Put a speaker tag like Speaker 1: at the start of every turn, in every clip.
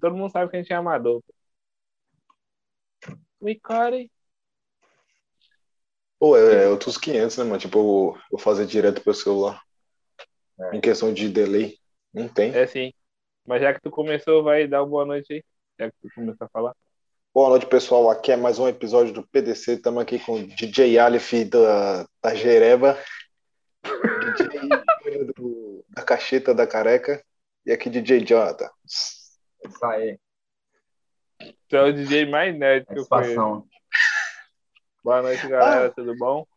Speaker 1: todo mundo sabe que a gente é amador. O Ikari.
Speaker 2: Pô, é, é outros 500, né, mano? Tipo, eu vou- vou fazer direto pro celular. Em questão de delay, não tem.
Speaker 1: É sim. Mas já que tu começou, vai dar uma boa noite aí. Já que tu começou a falar.
Speaker 2: Boa noite, pessoal. Aqui é mais um episódio do PDC. Estamos aqui com o DJ Aleph da, da Jereba, DJ Júnior do- da Cacheta da Careca e aqui DJ Jota.
Speaker 3: Isso aí, é
Speaker 1: Tu é o DJ mais nerd que eu conheço.
Speaker 3: satisfação.
Speaker 1: Boa noite, galera. Tudo bom?
Speaker 2: Ah.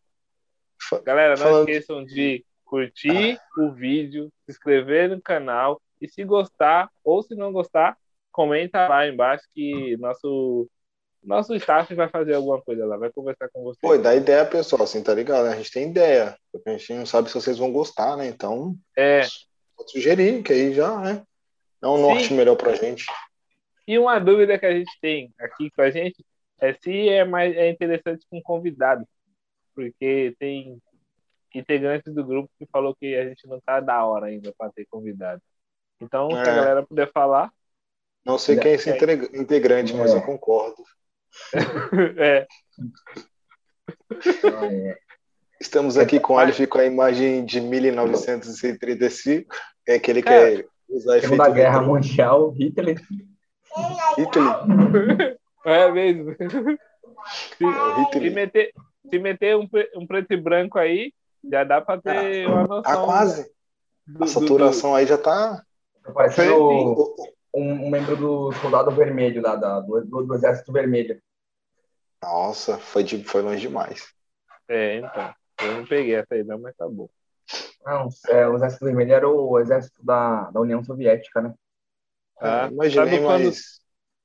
Speaker 2: Fa-
Speaker 1: Galera, não
Speaker 2: falando-
Speaker 1: esqueçam de curtir o vídeo, se inscrever no canal e se gostar ou se não gostar, comenta lá embaixo que nosso nosso staff vai fazer alguma coisa lá, vai conversar com vocês.
Speaker 2: Pô, e dá ideia, pessoal, assim, tá ligado? né? A gente tem ideia, porque a gente não sabe se vocês vão gostar, né? Então,
Speaker 1: É,
Speaker 2: pode sugerir, que aí já, né? É um norte melhor pra gente.
Speaker 1: e uma dúvida que a gente tem aqui com a gente é se é mais é interessante com convidado, porque tem integrantes do grupo que falou que a gente não tá da hora ainda para ter convidado. Então, se a
Speaker 2: É.
Speaker 1: galera puder falar,
Speaker 2: Não sei quem é esse integra- integrante, mas eu concordo.
Speaker 1: É,
Speaker 3: Isso aí. é.
Speaker 2: Estamos
Speaker 1: É
Speaker 2: aqui com o Aleph com a imagem de 1935. É aquele que
Speaker 1: Cara,
Speaker 2: é usar efeito
Speaker 3: Segunda Guerra
Speaker 2: retrô.
Speaker 3: Mundial, Hitler.
Speaker 2: Hitler.
Speaker 1: é mesmo.
Speaker 2: É o
Speaker 1: Se, se
Speaker 2: Hitler.
Speaker 1: meter, se meter um, pre- um preto e branco aí, já dá pra ter uma noção.
Speaker 2: Ah, quase.
Speaker 1: do-
Speaker 2: A
Speaker 1: do-
Speaker 2: saturação aí já tá.
Speaker 3: Tá Parecendo
Speaker 1: Sim.
Speaker 3: o- um, um membro do Soldado Vermelho lá, da, do, do- do Exército Vermelho.
Speaker 2: Nossa, foi, de- foi longe demais.
Speaker 1: do- É, então. Eu não peguei essa aí, não, mas tá bom.
Speaker 3: Não, é, o Exército Vermelho era o Exército da, da União Soviética, né?
Speaker 1: Ah,
Speaker 2: Eu imaginei,
Speaker 1: sabe quando-
Speaker 2: mas.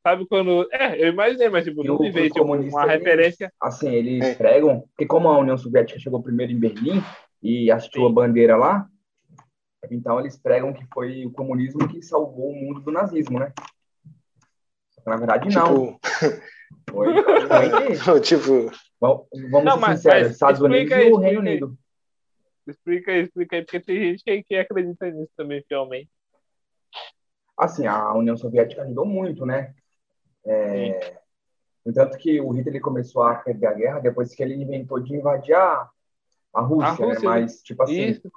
Speaker 1: Sabe quando. É, eu imaginei, mas tipo,
Speaker 3: E
Speaker 1: não
Speaker 3: o-
Speaker 1: me veio
Speaker 3: os
Speaker 1: tipo,
Speaker 3: comunistas,
Speaker 1: uma
Speaker 3: eles-
Speaker 1: referência.
Speaker 3: Assim, eles
Speaker 2: É.
Speaker 3: pregam, porque como a União Soviética chegou primeiro em Berlim e hasteou a bandeira lá, então eles pregam que foi o comunismo que salvou o mundo do nazismo, né? Só que, na verdade, não.
Speaker 2: Tipo,
Speaker 3: Foi, foi
Speaker 2: tipo,
Speaker 3: Vamos, vamos
Speaker 1: Não,
Speaker 3: ser
Speaker 1: mas-
Speaker 3: sinceros,
Speaker 1: mas
Speaker 3: Estados Unidos
Speaker 1: explica
Speaker 3: e o
Speaker 1: aí,
Speaker 3: Reino
Speaker 1: explica aí.
Speaker 3: Unido.
Speaker 1: Explica aí, explica aí, porque tem gente que, que acredita nisso também, fielmente.
Speaker 3: Assim, a União Soviética ajudou muito, né? É, no tanto que o Hitler ele começou a perder a guerra depois que ele inventou de invadir a, a Rússia, né?
Speaker 1: Rússia,
Speaker 3: Mas, tipo assim,
Speaker 1: Isso,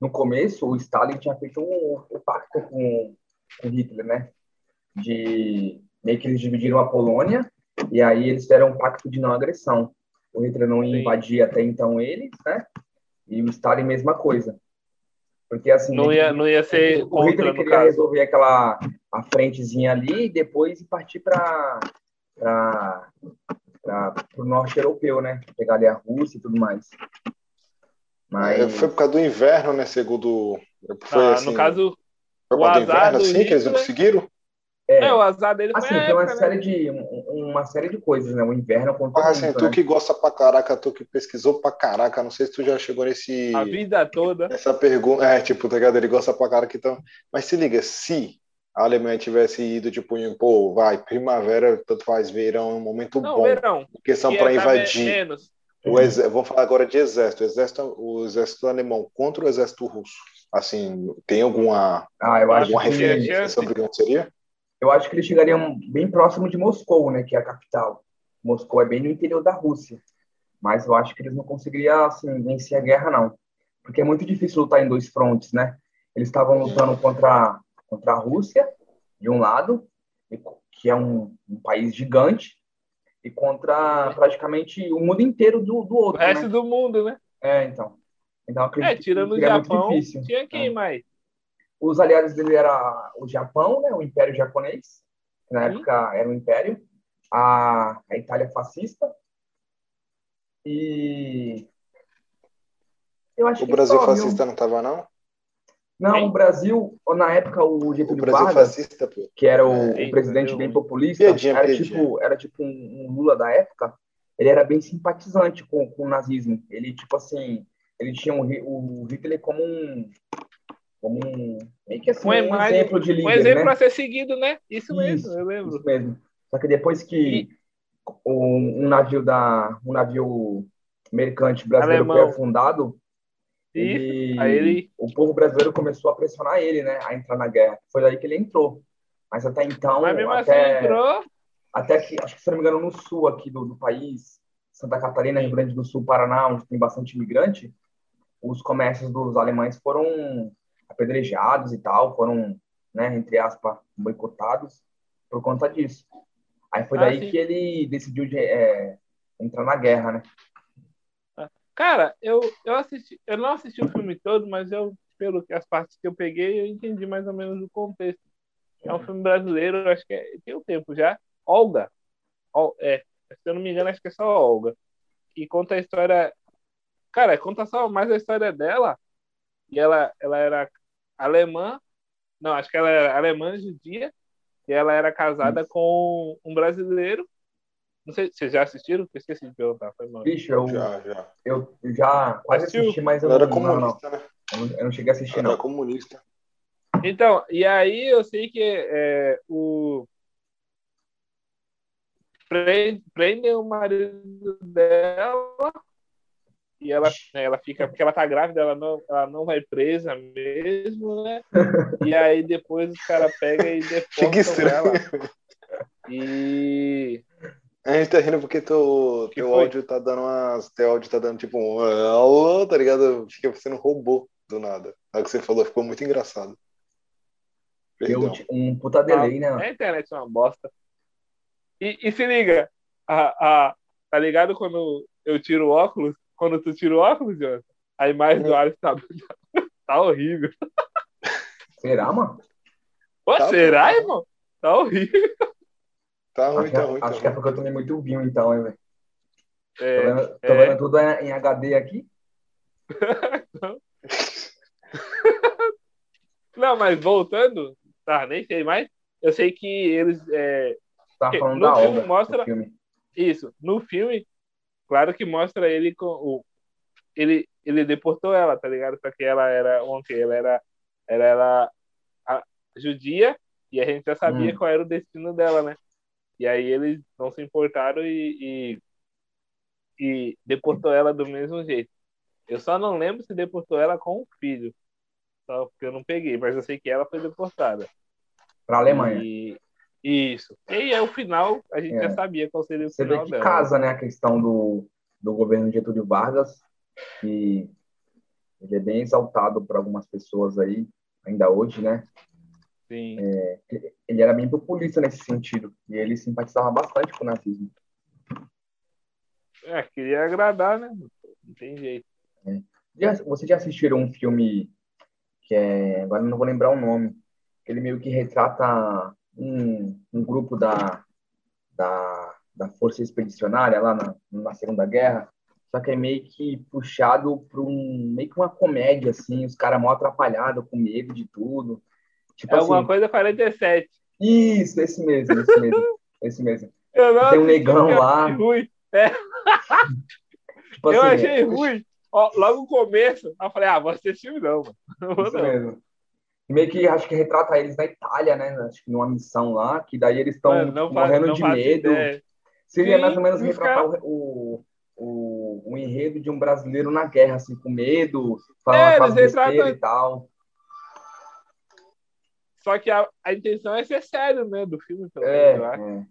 Speaker 3: no começo, o Stalin tinha feito um, um pacto com com o Hitler, né? De meio que eles dividiram a Polônia e aí eles fizeram um pacto de não agressão. O Hitler não
Speaker 1: Sim.
Speaker 3: ia invadir até então eles, né? E o Stalin, mesma coisa. Porque assim.
Speaker 1: não
Speaker 3: meio
Speaker 1: ia,
Speaker 3: que
Speaker 1: não ia ser
Speaker 3: o
Speaker 1: contra,
Speaker 3: Hitler
Speaker 1: no
Speaker 3: queria
Speaker 1: caso.
Speaker 3: resolver aquela a frentezinha ali e depois partir para o norte europeu, né? Pegar ali a Rússia e tudo mais. Mas.
Speaker 2: É, foi por causa do inverno, né? Segundo. Foi
Speaker 1: Ah,
Speaker 2: assim,
Speaker 1: no caso,
Speaker 2: foi
Speaker 1: o
Speaker 2: por causa do
Speaker 1: azar
Speaker 2: inverno,
Speaker 1: do
Speaker 2: assim, que eles não
Speaker 1: Hitler-
Speaker 2: conseguiram?
Speaker 3: é,
Speaker 1: é, o azar dele foi
Speaker 3: Assim,
Speaker 1: a
Speaker 3: tem uma
Speaker 1: época, né?
Speaker 3: série de um- uma série de coisas, né? O inverno acontece
Speaker 2: Ah, assim,
Speaker 3: muito,
Speaker 2: tu
Speaker 3: né?
Speaker 2: que gosta pra caraca, tu que pesquisou pra caraca, não sei se tu já chegou nesse.
Speaker 1: A vida toda.
Speaker 2: Essa pergunta, é, tipo, tá ligado? Ele gosta pra caraca, então. Mas se liga, se a Alemanha tivesse ido, tipo, em, pô, vai, primavera, tanto faz verão, é um momento
Speaker 3: Então,
Speaker 1: Não,
Speaker 2: bom,
Speaker 1: verão.
Speaker 2: porque são
Speaker 1: que
Speaker 2: pra
Speaker 1: ia tá dar
Speaker 2: invadir.
Speaker 1: Menos.
Speaker 2: O exe- Vamos falar agora de exército. O exército, o exército alemão contra o exército russo. Assim, tem alguma,
Speaker 3: Ah, eu acho,
Speaker 2: alguma
Speaker 1: que tem
Speaker 3: que,
Speaker 1: a
Speaker 2: referência
Speaker 1: chance.
Speaker 2: sobre como seria?
Speaker 3: eu acho que eles chegariam bem próximo de Moscou, né? Que é a capital. Moscou é bem no interior da Rússia. Mas eu acho que eles não conseguiriam, assim, vencer a guerra, não. Porque é muito difícil lutar em dois frontes, né? Eles estavam lutando contra, contra a Rússia, de um lado, e co- que é um, um país gigante, e contra praticamente o mundo inteiro do, do
Speaker 1: O
Speaker 3: outro, né?
Speaker 1: resto do mundo, né?
Speaker 3: É, então. Então, eu acredito
Speaker 1: É, tirando o
Speaker 3: seria muito
Speaker 1: Japão,
Speaker 3: difícil. É.
Speaker 1: tinha quem mais?
Speaker 3: Os aliados dele era o Japão, né, o Império Japonês, que na
Speaker 1: Sim.
Speaker 3: época era um império, a, a Itália fascista e eu acho
Speaker 2: O
Speaker 3: que
Speaker 2: Brasil
Speaker 3: só, viu?
Speaker 2: fascista não tava, não?
Speaker 3: Não, o Brasil, ou na época o
Speaker 2: O
Speaker 3: Getúlio
Speaker 2: Brasil
Speaker 3: Vargas,
Speaker 2: fascista, pô.
Speaker 3: que era o,
Speaker 1: Sim,
Speaker 3: o presidente
Speaker 1: Brasil,
Speaker 3: bem
Speaker 1: hein?
Speaker 3: populista,
Speaker 2: Piadinha,
Speaker 3: era
Speaker 2: piadinha.
Speaker 3: tipo, era tipo um, um Lula da época, ele era bem simpatizante com, com o nazismo. Ele, tipo assim, ele tinha o, Hi- o Hitler como um. Como um. Meio que assim,
Speaker 1: Um
Speaker 3: um,
Speaker 1: imagem-
Speaker 3: exemplo de líder.
Speaker 1: Um exemplo
Speaker 3: né?
Speaker 1: a ser seguido, né? Isso mesmo,
Speaker 3: Isso.
Speaker 1: eu lembro.
Speaker 3: Isso mesmo. Só que depois que um, um navio da. um navio mercante brasileiro
Speaker 1: Alemão.
Speaker 3: foi afundado,
Speaker 1: Isso.
Speaker 3: ele-
Speaker 1: Aí ele.
Speaker 3: o povo brasileiro começou a pressionar ele, né? A entrar na guerra. Foi daí que ele entrou. Mas até então.
Speaker 1: Mas mesmo
Speaker 3: até,
Speaker 1: assim entrou.
Speaker 3: até que, acho que se não me engano, no sul aqui do, do país, Santa Catarina, Rio Grande do Sul, Paraná, onde tem bastante imigrante, os comércios dos alemães foram apedrejados e tal, foram, né, entre aspas, boicotados por conta disso. Aí foi
Speaker 1: Ah,
Speaker 3: daí
Speaker 1: sim.
Speaker 3: que ele decidiu de, é, entrar na guerra, né?
Speaker 1: Cara, eu, eu assisti, eu não assisti o filme todo, mas eu, pelo que as partes que eu peguei, eu entendi mais ou menos o contexto. É um filme brasileiro, eu acho que é, tem um tempo já. Olga. Ol- é, se eu não me engano, acho que é só Olga. E conta a história. Cara, conta só mais a história dela. E ela, ela era alemã. Não, acho que ela era alemã judia. E ela era casada com um brasileiro. Não sei, vocês já assistiram? Eu esqueci de perguntar, foi mal.
Speaker 3: Bicho, eu
Speaker 2: Já, já.
Speaker 3: Eu eu já quase
Speaker 1: Assistiu?
Speaker 3: assisti, mas eu
Speaker 2: Ela era
Speaker 3: não, não, não,
Speaker 2: comunista, né?
Speaker 3: eu não- eu não cheguei a assistir,
Speaker 2: Ela
Speaker 3: não.
Speaker 2: era comunista.
Speaker 1: Então, e aí eu sei que é, o pre- prendem o marido dela e ela, né, ela fica porque ela tá grávida, ela não, ela não vai presa mesmo, né? E aí depois os caras pegam e
Speaker 2: Fica
Speaker 1: deportam
Speaker 2: estranho.
Speaker 1: ela. E
Speaker 2: A gente tá rindo porque teu,
Speaker 1: Que
Speaker 2: teu
Speaker 1: foi?
Speaker 2: áudio tá dando umas. Teu áudio tá dando tipo um. Alô, tá ligado? Fica parecendo um robô do nada. É o que você falou, ficou muito engraçado.
Speaker 3: Deu
Speaker 2: Perdão.
Speaker 3: ti- um puta delay,
Speaker 1: É,
Speaker 3: né?
Speaker 1: a internet é uma bosta. E, e se liga, a, a- tá ligado quando eu tiro o óculos? Quando tu tira o óculos, Jonathan, a imagem
Speaker 3: É.
Speaker 1: do Alisson tá, tá horrível.
Speaker 3: Será, mano?
Speaker 1: Pô,
Speaker 2: Tá
Speaker 1: será,
Speaker 2: bom.
Speaker 1: irmão? Tá horrível.
Speaker 2: Tá
Speaker 3: Acho,
Speaker 2: ruim,
Speaker 3: que,
Speaker 2: tá
Speaker 3: é-
Speaker 2: ruim, tá
Speaker 3: acho que é
Speaker 2: ruim.
Speaker 3: porque eu tomei muito vinho, então, hein, velho? Tô,
Speaker 1: É,
Speaker 3: vendo- tô
Speaker 1: é.
Speaker 3: vendo tudo em em HD aqui.
Speaker 1: não, mas voltando, tá, nem sei mais. Eu sei que eles. é,
Speaker 3: Tá
Speaker 1: Que-
Speaker 3: falando
Speaker 1: no
Speaker 3: da
Speaker 1: filme
Speaker 3: obra
Speaker 1: mostra-
Speaker 3: do filme.
Speaker 1: isso, no filme, claro que mostra ele com o. Ele, ele deportou ela, tá ligado? Só que ela era ontem, ela era, ela era a- judia e a gente já sabia
Speaker 3: Hum.
Speaker 1: qual era o destino dela, né? E aí eles não se importaram e, e, e deportou ela do mesmo jeito. Eu só não lembro se deportou ela com o filho, só porque eu não peguei, mas eu sei que ela foi deportada.
Speaker 3: Pra Alemanha.
Speaker 1: E, isso. E aí, é o final, a gente
Speaker 3: É.
Speaker 1: já sabia qual seria o
Speaker 3: Você vê
Speaker 1: final
Speaker 3: que
Speaker 1: dela.
Speaker 3: casa, né, a questão do, do governo Getúlio Vargas, que ele é bem exaltado por algumas pessoas aí, ainda hoje, né?
Speaker 1: Sim.
Speaker 3: É. Ele era bem populista nesse sentido. E ele simpatizava bastante com o nazismo.
Speaker 1: É, queria agradar, né? Não tem jeito.
Speaker 3: Já, vocês já assistiram um filme que é, agora eu não vou lembrar o nome, que ele meio que retrata um, um grupo da, da, da Força Expedicionária lá na, na Segunda Guerra, só que é meio que puxado para um, meio que uma comédia, assim, os caras mó atrapalhados, com medo de tudo. Tipo
Speaker 1: É
Speaker 3: assim,
Speaker 1: alguma coisa 47.
Speaker 3: isso, esse mesmo, esse mesmo, esse mesmo.
Speaker 1: Eu não
Speaker 3: Tem um
Speaker 1: assisti,
Speaker 3: negão
Speaker 1: eu
Speaker 3: lá.
Speaker 1: achei ruim.
Speaker 3: Tipo
Speaker 1: eu
Speaker 3: assim,
Speaker 1: achei ruim. Ó, logo no começo, aí eu falei, ah, vou assistir não, mano. Não vou
Speaker 3: Isso
Speaker 1: não.
Speaker 3: mesmo. Meio que acho que retrata eles na Itália, né? Acho que numa missão lá, que daí eles estão
Speaker 1: Mano, não faço,
Speaker 3: tá morrendo
Speaker 1: não
Speaker 3: de
Speaker 1: faço
Speaker 3: medo.
Speaker 1: ideia.
Speaker 3: Seria
Speaker 1: Sim,
Speaker 3: mais ou menos
Speaker 1: os
Speaker 3: retratar o, o, o enredo de um brasileiro na guerra, assim, com medo, falando
Speaker 1: É,
Speaker 3: umas
Speaker 1: eles
Speaker 3: besteira
Speaker 1: retratam-
Speaker 3: e tal.
Speaker 1: Só que a, a intenção é ser sério, né? Do filme, pelo
Speaker 3: É,
Speaker 1: menos, eu acho.
Speaker 3: é.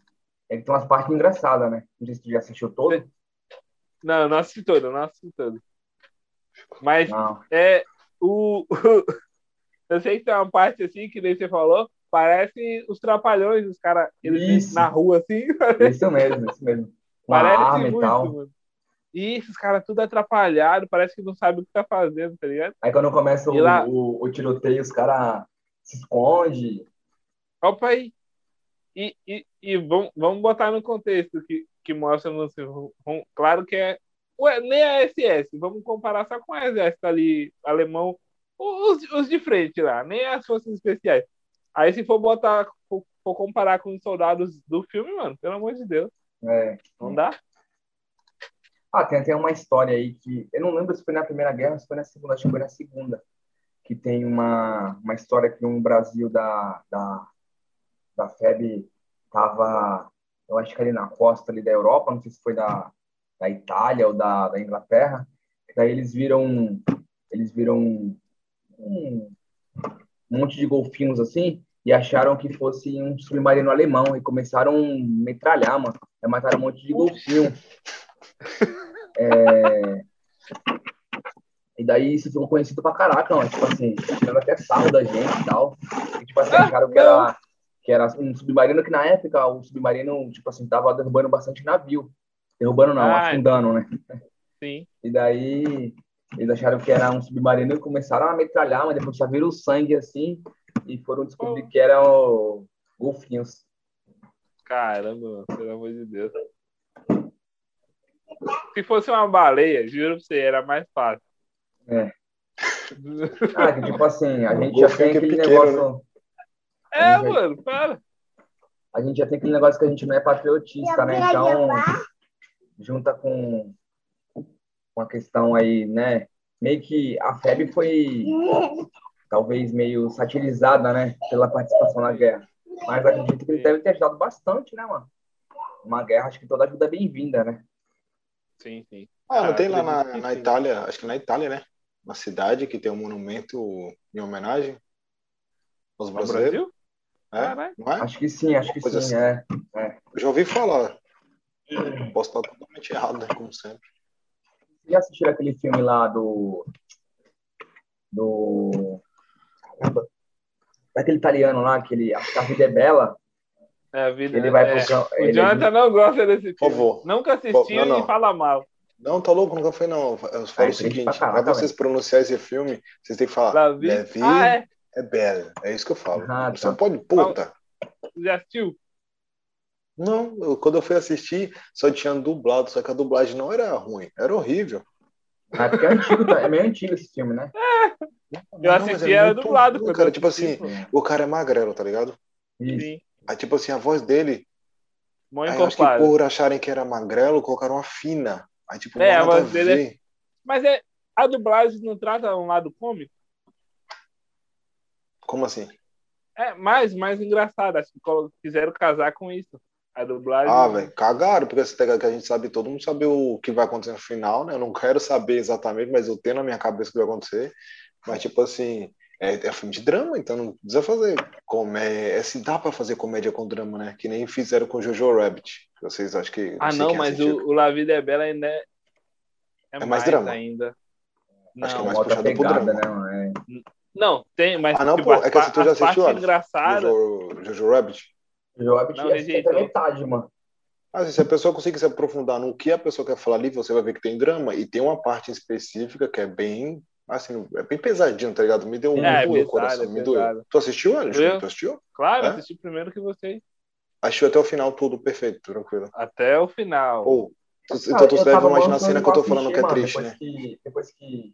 Speaker 3: Ele tem umas partes engraçadas, né? Não sei se tu já assistiu todo.
Speaker 1: Não, eu não assisti todo, eu não assisti todo. Mas
Speaker 3: Não.
Speaker 1: é o. eu sei que tem uma parte assim, que nem você falou, parece os trapalhões, os caras, eles
Speaker 3: Isso.
Speaker 1: na rua assim,
Speaker 3: Isso mesmo, isso mesmo. Uma
Speaker 1: Parece
Speaker 3: arma
Speaker 1: muito,
Speaker 3: e tal.
Speaker 1: mano. Isso, os caras tudo atrapalhado, parece que não sabe o que tá fazendo, tá ligado?
Speaker 3: Aí quando começa
Speaker 1: E lá-
Speaker 3: o, o, o tiroteio, os caras se escondem.
Speaker 1: Opa aí. E, e, e vamos, vamos botar no contexto que, que mostra no filme. Vamos- Claro que é. Ué, nem a SS, vamos comparar só com o exército tá ali alemão, os, os de frente lá, nem as forças especiais. Aí se for botar, for, for comparar com os soldados do filme, mano, pelo amor de Deus,
Speaker 3: É.
Speaker 1: não dá?
Speaker 3: Ah, tem até uma história aí que eu não lembro se foi na Primeira Guerra, se foi na Segunda, acho que foi na Segunda, que tem uma, uma história que um Brasil da, da, da FEB tava, eu acho que ali na costa ali da Europa, não sei se foi da, da Itália ou da, da Inglaterra, que daí eles viram eles viram um, um monte de golfinhos assim, e acharam que fosse um submarino alemão e começaram a metralhar, mano. E mataram um monte de golfinho. É... E daí isso ficou conhecido pra caraca, mano. Tipo assim, tirando até sarro da gente e tal. E, tipo assim, acharam que era, que era um submarino que na época o submarino, tipo assim, tava derrubando bastante navio. Derrubando não,
Speaker 1: Ah,
Speaker 3: afundando, né?
Speaker 1: Sim.
Speaker 3: E daí eles acharam que era um submarino e começaram a metralhar, mas depois só viram o sangue assim e foram descobrir que eram golfinhos.
Speaker 1: Caramba, mano, pelo amor de Deus. Se fosse uma baleia, juro pra você, era mais fácil.
Speaker 3: É. Ah, que tipo assim, a gente
Speaker 2: golfinho
Speaker 3: já tem
Speaker 2: que é
Speaker 3: aquele
Speaker 2: pequeno,
Speaker 3: negócio.
Speaker 1: É,
Speaker 3: Uhum.
Speaker 1: mano, para.
Speaker 3: A gente já tem aquele negócio que a gente não é patriotista, né? Então, junta com uma questão aí, né? Meio que a FEB foi talvez meio satirizada, né? Pela participação na guerra. Mas acredito que ele deve ter ajudado bastante, né, mano? Uma guerra, acho que toda ajuda é bem-vinda, né?
Speaker 1: Sim, sim.
Speaker 2: Ah, não
Speaker 1: Ah,
Speaker 2: tem lá na,
Speaker 1: acredito que
Speaker 2: na
Speaker 3: assim.
Speaker 1: sim.
Speaker 2: Itália, acho que na Itália, né? Na cidade que tem um monumento em homenagem aos
Speaker 1: No
Speaker 2: brasileiros.
Speaker 1: Brasil?
Speaker 2: É?
Speaker 1: Caralho.
Speaker 2: Não é?
Speaker 3: Acho que sim, acho que
Speaker 2: Coisa
Speaker 3: sim,
Speaker 2: assim.
Speaker 3: é.
Speaker 2: Já ouvi falar. Posso estar totalmente errado, né? Como sempre.
Speaker 3: Vocês já assistiram aquele filme lá do. Do. Caramba! Daquele italiano lá, aquele. Acho que a vida é bela.
Speaker 1: É, a vida.
Speaker 3: Ele vai
Speaker 1: é.
Speaker 3: pro campo.
Speaker 1: O Jonathan não gosta desse filme.
Speaker 2: Por favor.
Speaker 1: Nunca
Speaker 2: Bom,
Speaker 1: assistiu
Speaker 2: não, não.
Speaker 1: e fala mal.
Speaker 2: Não, tá louco? Nunca foi, não. Eu
Speaker 3: Ah,
Speaker 2: falo o
Speaker 3: isso é
Speaker 2: seguinte:
Speaker 3: pra
Speaker 2: pra
Speaker 3: caraca,
Speaker 2: vocês pronunciar esse filme, vocês têm que falar.
Speaker 1: La vida.
Speaker 2: Levi
Speaker 1: Ah, é.
Speaker 2: é bela. É isso que eu falo.
Speaker 3: Ah,
Speaker 2: Você
Speaker 3: tá.
Speaker 2: não pode, puta.
Speaker 1: Já assistiu?
Speaker 2: Não, eu- quando eu fui assistir, só tinha dublado, só que a dublagem não era ruim, era horrível.
Speaker 3: Ah, porque é antigo, tá? é meio antigo esse filme, né?
Speaker 1: Eu
Speaker 2: Não, mas
Speaker 1: assisti
Speaker 2: era
Speaker 1: ela
Speaker 2: muito
Speaker 1: dublado.
Speaker 2: ruim,
Speaker 1: quando
Speaker 2: Cara,
Speaker 1: eu
Speaker 2: tipo
Speaker 1: assisti,
Speaker 2: assim, o cara é magrelo, tá ligado?
Speaker 1: pô.
Speaker 3: Isso.
Speaker 1: Sim.
Speaker 2: Aí, tipo assim, a voz dele,
Speaker 1: Mão
Speaker 2: aí eu acho que
Speaker 1: encorpada.
Speaker 2: por acharem que era magrelo, colocaram uma fina. Aí, tipo,
Speaker 1: É,
Speaker 2: não
Speaker 1: a
Speaker 2: nada a
Speaker 1: voz dele é-
Speaker 2: ver.
Speaker 1: Mas é, a dublagem não trata um lado cômico?
Speaker 2: Como assim?
Speaker 1: É mais, mais engraçado. Acho que colo- quiseram casar com isso. A dublagem.
Speaker 2: Ah, velho, cagaram, porque esse negócio que a gente sabe, todo mundo sabe o que vai acontecer no final, né? Eu não quero saber exatamente, mas eu tenho na minha cabeça o que vai acontecer. Mas, tipo assim, é, é filme de drama, então não precisa fazer comédia. É, se dá pra fazer comédia com drama, né? Que nem fizeram com Jojo Rabbit. Vocês acham que.
Speaker 1: Ah,
Speaker 2: sei
Speaker 1: não,
Speaker 2: quem
Speaker 1: mas
Speaker 2: assistiu.
Speaker 1: o, o La Vida é Bela ainda é, é
Speaker 2: mais
Speaker 1: mais,
Speaker 2: drama.
Speaker 1: ainda. Não,
Speaker 2: Acho que é mais
Speaker 3: Uma outra
Speaker 2: puxado pro
Speaker 3: pegada,
Speaker 2: drama.
Speaker 3: né? mano? É.
Speaker 1: não, tem, mas
Speaker 2: Ah, não,
Speaker 1: tipo,
Speaker 2: pô,
Speaker 1: as
Speaker 2: é que esse tu
Speaker 1: pa-
Speaker 2: já
Speaker 1: as partes
Speaker 2: assistiu, Alisson?
Speaker 1: engraçadas.
Speaker 2: Jojo, Jojo Rabbit.
Speaker 3: Jojo Rabbit
Speaker 1: Não,
Speaker 3: acho que é
Speaker 1: rejeitou.
Speaker 3: pra metade, mano.
Speaker 2: Assim, se a pessoa conseguir se aprofundar no que a pessoa quer falar ali, você vai ver que tem drama e tem uma parte em específica que é bem, assim, é bem pesadinho, tá ligado? Me deu um
Speaker 1: É, é
Speaker 2: doeu o
Speaker 1: pesado,
Speaker 2: coração,
Speaker 1: é
Speaker 2: me doeu.
Speaker 1: pesado.
Speaker 2: Tu assistiu, Alisson?
Speaker 1: Eu?
Speaker 2: Tu assistiu?
Speaker 1: Claro,
Speaker 2: É?
Speaker 1: assisti primeiro que vocês.
Speaker 2: Assistiu até o final tudo perfeito, tranquilo.
Speaker 1: Até o final.
Speaker 2: Ou, tu-
Speaker 3: Cara,
Speaker 1: Ah,
Speaker 2: então tu
Speaker 3: eu
Speaker 2: deve
Speaker 3: tava
Speaker 2: imaginar a
Speaker 3: maluco,
Speaker 2: cena
Speaker 3: não
Speaker 2: que eu tô falando
Speaker 3: assisti,
Speaker 2: que é
Speaker 3: mano,
Speaker 2: triste, né?
Speaker 3: depois Que, depois que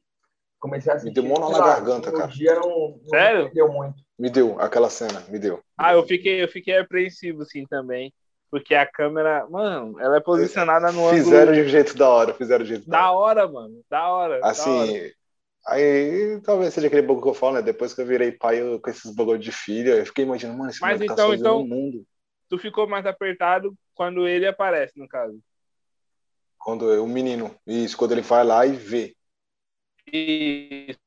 Speaker 3: comecei a assistir.
Speaker 2: deu mó nó
Speaker 3: sei
Speaker 2: na
Speaker 3: lá,
Speaker 2: garganta,
Speaker 3: no
Speaker 2: cara.
Speaker 3: dia não, não
Speaker 1: Sério?
Speaker 3: deu muito.
Speaker 2: Me deu, aquela cena, me deu.
Speaker 1: Ah, eu fiquei, eu fiquei apreensivo, sim, também. Porque a câmera, mano, ela é posicionada no
Speaker 2: Fizeram
Speaker 1: ângulo
Speaker 2: de um jeito da hora, fizeram de um jeito
Speaker 1: da
Speaker 2: da hora.
Speaker 1: hora, mano. Da hora. da hora.
Speaker 2: Assim, aí talvez seja aquele bagulho que eu falo, né? Depois que eu virei pai eu, com esses bagulho de filho, eu fiquei imaginando, mano, esse
Speaker 1: Mas
Speaker 2: moleque tá
Speaker 1: então-
Speaker 2: sozinho
Speaker 1: então-
Speaker 2: no mundo.
Speaker 1: Tu ficou mais apertado quando ele aparece, no caso.
Speaker 2: Quando é o menino, isso, quando ele vai lá e vê.
Speaker 1: Isso.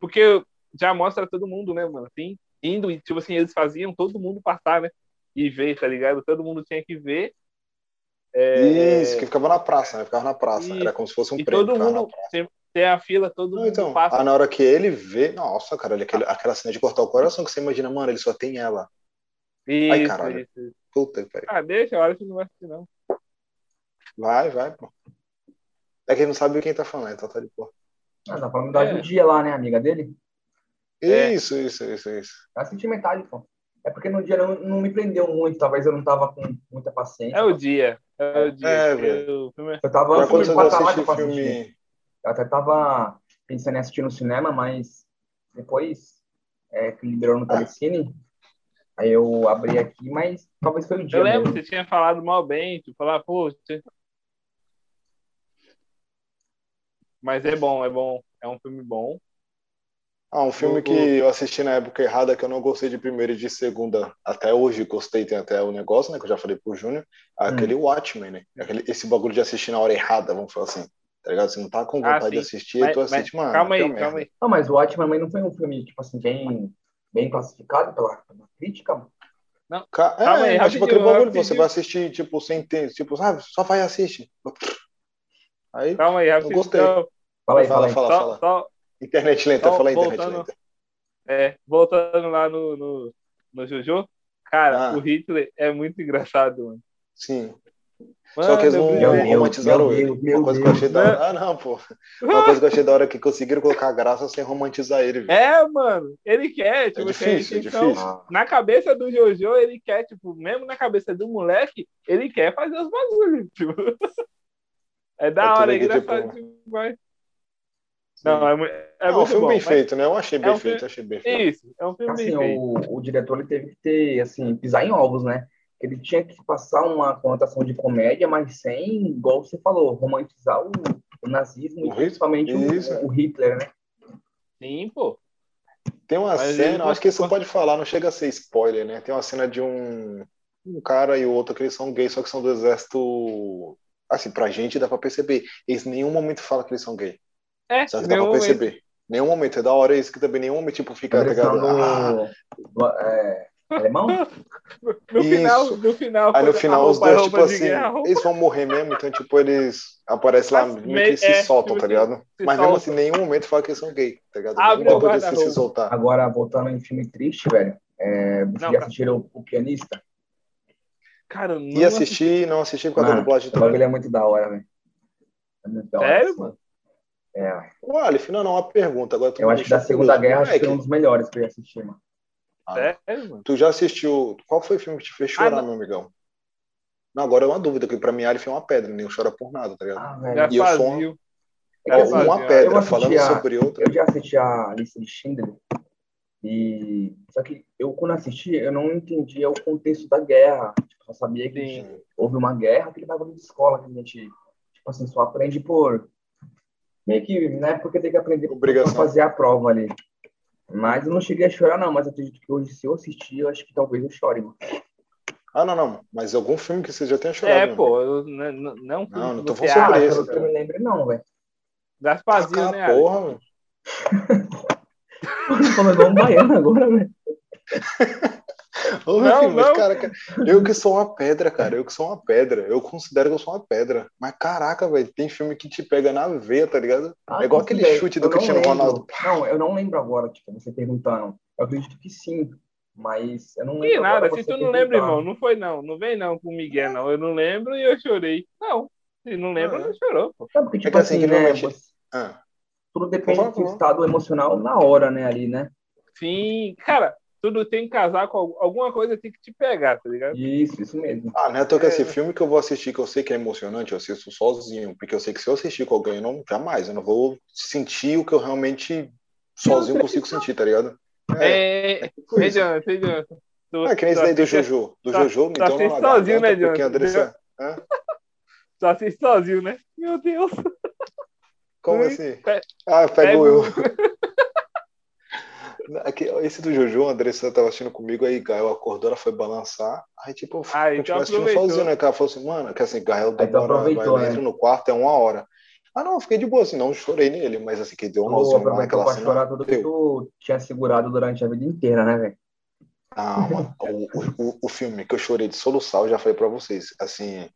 Speaker 1: Porque já mostra todo mundo, né, mano? Assim, indo e, tipo assim, eles faziam todo mundo passar, né? E ver, tá ligado? Todo mundo tinha que ver. É,
Speaker 2: Isso, que ficava na praça, né? Ficava na praça. Era como se fosse um
Speaker 1: E
Speaker 2: prêmio.
Speaker 1: todo
Speaker 2: ficava
Speaker 1: mundo tem, tem a fila, todo
Speaker 2: na-
Speaker 1: mundo
Speaker 2: Então,
Speaker 1: passa.
Speaker 2: aí na hora que ele vê, nossa, cara, olha aquele- aquela cena de cortar o coração que você imagina, mano, ele só tem ela.
Speaker 1: Isso,
Speaker 2: Ai, caralho.
Speaker 1: isso, isso.
Speaker 2: Puta que pariu.
Speaker 1: Ah, deixa, a hora que não vai assistir, não.
Speaker 2: Vai, vai, pô. É que ele não sabe quem tá falando, então tá de porra.
Speaker 3: Ah, tá falando da
Speaker 1: É.
Speaker 3: judia lá, né, amiga dele?
Speaker 1: É.
Speaker 2: Isso, isso, isso, isso.
Speaker 3: Eu assisti metade, pô. É porque no dia não, não me prendeu muito, talvez eu não tava com muita paciência.
Speaker 1: É o dia. É o dia.
Speaker 2: É,
Speaker 1: Eu-
Speaker 2: velho.
Speaker 1: primeiro-
Speaker 3: Eu tava um
Speaker 2: Pra
Speaker 3: ansioso
Speaker 2: quando você
Speaker 3: pra
Speaker 2: não
Speaker 3: caraca
Speaker 2: assiste
Speaker 3: pra assistir.
Speaker 2: filme.
Speaker 3: Eu até tava pensando em assistir no cinema, mas depois é, que liberou no Telecine, aí eu abri aqui, mas talvez foi o dia
Speaker 1: Eu lembro,
Speaker 3: mesmo.
Speaker 1: você tinha falado mal bem, tipo, falar, pô. você- Mas é bom, é bom. É um filme bom.
Speaker 2: Ah, um filme
Speaker 1: O-
Speaker 2: que eu assisti na época errada, que eu não gostei de primeira e de segunda. Até hoje gostei, tem até o negócio, né? Que eu já falei pro Júnior. é
Speaker 1: Hum.
Speaker 2: Aquele Watchmen, né? Aquele, esse bagulho de assistir na hora errada, vamos falar assim. Tá ligado? Você não tá com
Speaker 1: Ah,
Speaker 2: vontade de
Speaker 1: sim.
Speaker 2: assistir,
Speaker 1: Mas-
Speaker 2: tu assiste, mano.
Speaker 1: calma
Speaker 2: que
Speaker 1: aí,
Speaker 2: merda.
Speaker 1: calma aí.
Speaker 3: Não, mas o Watchmen não foi um filme, tipo assim, bem, bem classificado pela, pela crítica, mano.
Speaker 2: Ca- É,
Speaker 1: Calma aí,
Speaker 2: é, tipo
Speaker 1: rapidinho,
Speaker 2: aquele bagulho,
Speaker 1: rapidinho.
Speaker 2: você vai assistir, tipo, sem ter, tipo, sabe, só vai e assiste. Aí,
Speaker 1: Calma aí, rapidinho.
Speaker 2: gostei.
Speaker 1: então,
Speaker 3: Fala aí,
Speaker 2: fala,
Speaker 3: fala, aí.
Speaker 2: fala,
Speaker 1: Só,
Speaker 2: fala.
Speaker 1: só,
Speaker 2: Internet lenta,
Speaker 1: Só
Speaker 2: fala aí, internet
Speaker 1: Então, voltando-
Speaker 2: lenta.
Speaker 1: é, voltando lá no, no, no Jojo, cara,
Speaker 2: Ah.
Speaker 1: o Hitler é muito engraçado, mano.
Speaker 2: Sim.
Speaker 1: Mano,
Speaker 2: Só que eles
Speaker 1: eu
Speaker 2: não
Speaker 1: brilhei.
Speaker 3: Meu Deus,
Speaker 2: romantizaram
Speaker 3: meu
Speaker 2: ele.
Speaker 3: Deus, meu
Speaker 2: Uma coisa que eu
Speaker 3: Deus.
Speaker 2: achei da hora. Ah, não, pô. Uma coisa que eu achei da hora é que conseguiram colocar graça sem romantizar ele. velho.
Speaker 1: É, mano, ele quer, tipo,
Speaker 2: difícil, é
Speaker 1: que a intenção-
Speaker 2: difícil.
Speaker 3: Ah,
Speaker 1: na cabeça do Jojo, ele quer, tipo, mesmo na cabeça do moleque, ele quer fazer os bagulhos, tipo. É da
Speaker 2: Eu tô
Speaker 1: hora, é
Speaker 2: ligado, tipo,
Speaker 1: engraçado demais.
Speaker 2: Sim.
Speaker 1: Não, é, mu- é
Speaker 2: Ah,
Speaker 1: muito
Speaker 2: um filme
Speaker 1: bom.
Speaker 2: bem
Speaker 1: mas-
Speaker 2: feito, né? Eu achei bem
Speaker 1: É um
Speaker 2: feito,
Speaker 1: filme-
Speaker 2: achei bem feito.
Speaker 1: Isso, é um filme
Speaker 3: assim,
Speaker 1: bem feito.
Speaker 3: o, o diretor ele teve que ter, assim, pisar em ovos, né? Ele tinha que passar uma conotação de comédia, mas sem, igual você falou, romantizar o, o nazismo
Speaker 2: O
Speaker 3: e
Speaker 2: Hitler,
Speaker 3: principalmente
Speaker 2: isso.
Speaker 3: o, o Hitler, né?
Speaker 1: Sim, pô.
Speaker 2: Tem uma
Speaker 1: Mas
Speaker 2: cena,
Speaker 1: ele-
Speaker 2: acho que isso pode falar, não chega a ser spoiler, né? Tem uma cena de um, um cara e o outro que eles são gays, só que são do exército. Assim, pra gente dá pra perceber. Eles em nenhum momento falam que eles são gay.
Speaker 1: É,
Speaker 2: Só que dá
Speaker 1: meu
Speaker 2: pra
Speaker 1: momento.
Speaker 2: perceber. Nenhum momento. É da hora isso que também nenhum momento, tipo, fica. tá
Speaker 3: Direção
Speaker 2: ligado? Ah,
Speaker 3: do, do, é, alemão?
Speaker 1: No
Speaker 2: Isso.
Speaker 1: final, no final.
Speaker 2: Aí no
Speaker 1: quando
Speaker 2: final
Speaker 1: arruma
Speaker 2: os
Speaker 1: a
Speaker 2: dois,
Speaker 1: roupa
Speaker 2: tipo
Speaker 1: de
Speaker 2: assim,
Speaker 1: guerra, a roupa
Speaker 2: eles vão morrer mesmo, então tipo, eles aparecem lá,
Speaker 1: Mas
Speaker 2: meio que se
Speaker 1: é,
Speaker 2: soltam,
Speaker 1: tipo,
Speaker 2: tá ligado?
Speaker 1: se
Speaker 2: Mas mesmo
Speaker 1: solta.
Speaker 2: assim, em nenhum momento fala que eles são gay, tá ligado?
Speaker 1: Abre
Speaker 2: Nenhum
Speaker 1: o
Speaker 2: momento eles se
Speaker 1: guarda-roupa.
Speaker 2: soltar.
Speaker 3: Agora, voltando em filme triste, velho, é, vocês
Speaker 1: Não,
Speaker 3: já
Speaker 1: tá.
Speaker 3: assistiram o, o Pianista?
Speaker 1: Cara, eu não
Speaker 2: E assistir, não assistir com a
Speaker 3: Mano,
Speaker 2: dublagem
Speaker 3: O
Speaker 2: também.
Speaker 3: bagulho é muito da hora, velho. É muito da hora.
Speaker 1: Sério,
Speaker 3: assim.
Speaker 1: mano?
Speaker 3: É, velho.
Speaker 2: Ué, Alif, não, não, uma pergunta. Agora tu
Speaker 3: eu
Speaker 2: me
Speaker 3: acho que da
Speaker 2: deixou
Speaker 3: Segunda
Speaker 2: curioso.
Speaker 3: Guerra acho que
Speaker 2: Moleque,
Speaker 3: foi um dos melhores que eu ia assistir, mano.
Speaker 1: Sério, mano.
Speaker 2: Tu já assistiu. Qual foi o filme que te fez
Speaker 1: É.
Speaker 2: chorar,
Speaker 1: Ah, não.
Speaker 2: meu amigão? Não, agora é uma dúvida, que pra mim Alif é uma pedra, nem chora por nada, tá ligado?
Speaker 3: Ah, velho.
Speaker 1: Já
Speaker 2: E eu sou um-
Speaker 1: fazia.
Speaker 3: É que,
Speaker 2: Ó,
Speaker 1: eu
Speaker 3: assim,
Speaker 2: uma
Speaker 1: fazia.
Speaker 3: Eu
Speaker 2: pedra,
Speaker 3: assisti
Speaker 2: falando
Speaker 3: a-
Speaker 2: sobre outra.
Speaker 3: Eu já assisti a lista de Schindler e só que eu quando assisti eu não entendia o contexto da guerra. Tipo, só sabia que
Speaker 1: Sim.
Speaker 3: houve uma guerra, aquele bagulho de escola que a gente tipo assim só aprende por meio que na época tem que aprender
Speaker 2: Obrigação.
Speaker 3: pra fazer a prova ali. Mas eu não cheguei a chorar não, mas eu acredito que hoje se eu assistir eu acho que talvez eu chore. Mano.
Speaker 2: Ah, não, não. Mas algum filme que você já tenha chorado.
Speaker 1: É,
Speaker 2: meu
Speaker 1: pô, eu não, não, não,
Speaker 2: Não, não tô
Speaker 1: você
Speaker 2: falando sobre
Speaker 1: acha.
Speaker 2: isso.
Speaker 3: pelo que eu me lembro não, velho.
Speaker 1: Gasparzinho,
Speaker 2: Ah,
Speaker 1: né, Alex?
Speaker 2: porra, meu.
Speaker 3: Falando igual um baiano agora, velho.
Speaker 2: Ô,
Speaker 1: Não,
Speaker 2: meu filho, mas,
Speaker 1: não.
Speaker 2: cara, cara, eu que sou uma pedra, cara, eu que sou uma pedra, eu considero que eu sou uma pedra. Mas caraca, velho, tem filme que te pega na veia, tá ligado?
Speaker 3: Ah,
Speaker 2: É igual
Speaker 3: sim,
Speaker 2: aquele
Speaker 3: velho.
Speaker 2: chute
Speaker 3: Eu
Speaker 2: do
Speaker 3: não
Speaker 2: Cristiano
Speaker 3: lembro.
Speaker 2: Ronaldo.
Speaker 3: Não, eu não lembro agora, tipo, você perguntando. Eu acredito que sim, mas eu não lembro.
Speaker 1: Que nada,
Speaker 3: agora
Speaker 1: se tu
Speaker 3: você
Speaker 1: não lembra,
Speaker 3: perguntar.
Speaker 1: irmão, não foi não. Não vem não com o Miguel, não. Eu não lembro e eu chorei. Não, se não lembra,
Speaker 2: Ah, é.
Speaker 1: não chorou, pô.
Speaker 3: Sabe que,
Speaker 2: que
Speaker 3: tipo
Speaker 2: assim,
Speaker 3: assim,
Speaker 2: que
Speaker 3: né?
Speaker 2: normalmente-
Speaker 3: você-
Speaker 2: Ah,
Speaker 3: Tudo
Speaker 2: Por
Speaker 3: depende
Speaker 2: favor.
Speaker 3: do estado emocional na hora, né, ali, né?
Speaker 1: Sim, cara, tudo tem que casar com al- alguma coisa, tem que te pegar, tá ligado?
Speaker 3: Isso, isso mesmo.
Speaker 2: ah né? Tô que
Speaker 1: É,
Speaker 2: esse
Speaker 1: né?
Speaker 2: filme que eu vou assistir, que eu sei que é emocionante, eu assisto sozinho, porque eu sei que se eu assistir com alguém, eu não, jamais, eu não vou sentir o que eu realmente sozinho consigo sentir, tá ligado? É,
Speaker 1: É, é,
Speaker 2: tipo
Speaker 1: é
Speaker 2: isso.
Speaker 1: Jonathan, é Jonathan. Tu-
Speaker 2: Ah, que nem
Speaker 1: tu
Speaker 2: esse daí do
Speaker 1: assiste-
Speaker 2: Jojo. Do
Speaker 1: tá-
Speaker 2: Jojo, me
Speaker 1: tá
Speaker 2: deu uma um
Speaker 1: assistindo sozinho,
Speaker 2: garganta,
Speaker 1: né,
Speaker 2: porque a
Speaker 1: Jonathan?
Speaker 2: Andressa...
Speaker 1: Tu assiste sozinho, né? Meu Deus.
Speaker 2: Como
Speaker 1: Ui,
Speaker 2: assim?
Speaker 1: pe- um.
Speaker 2: Ah,
Speaker 1: pega
Speaker 2: pego
Speaker 1: o-
Speaker 2: eu. Aqui, Esse do Jojo, a Andressa tava assistindo comigo, aí Gael acordou, ela foi balançar. Aí, tipo, eu
Speaker 1: Ah, então
Speaker 2: continuei assistindo
Speaker 1: aproveitou.
Speaker 2: sozinho, né? Que ela falou assim, mano, que assim, Gael
Speaker 3: Aí tu
Speaker 2: demora, vai,
Speaker 3: aproveitou, né?
Speaker 2: entra no quarto, é uma hora. Ah, não, eu fiquei de boa, assim, não chorei nele, mas assim, que deu um
Speaker 3: Tu
Speaker 2: nozinho lá
Speaker 3: aproveitou
Speaker 2: naquela
Speaker 3: pra
Speaker 2: cena.
Speaker 3: chorar tudo que tu tinha segurado durante a vida inteira, né, velho?
Speaker 2: Ah, mano, o, o, o filme que eu chorei de soluçar, eu já falei pra vocês, assim,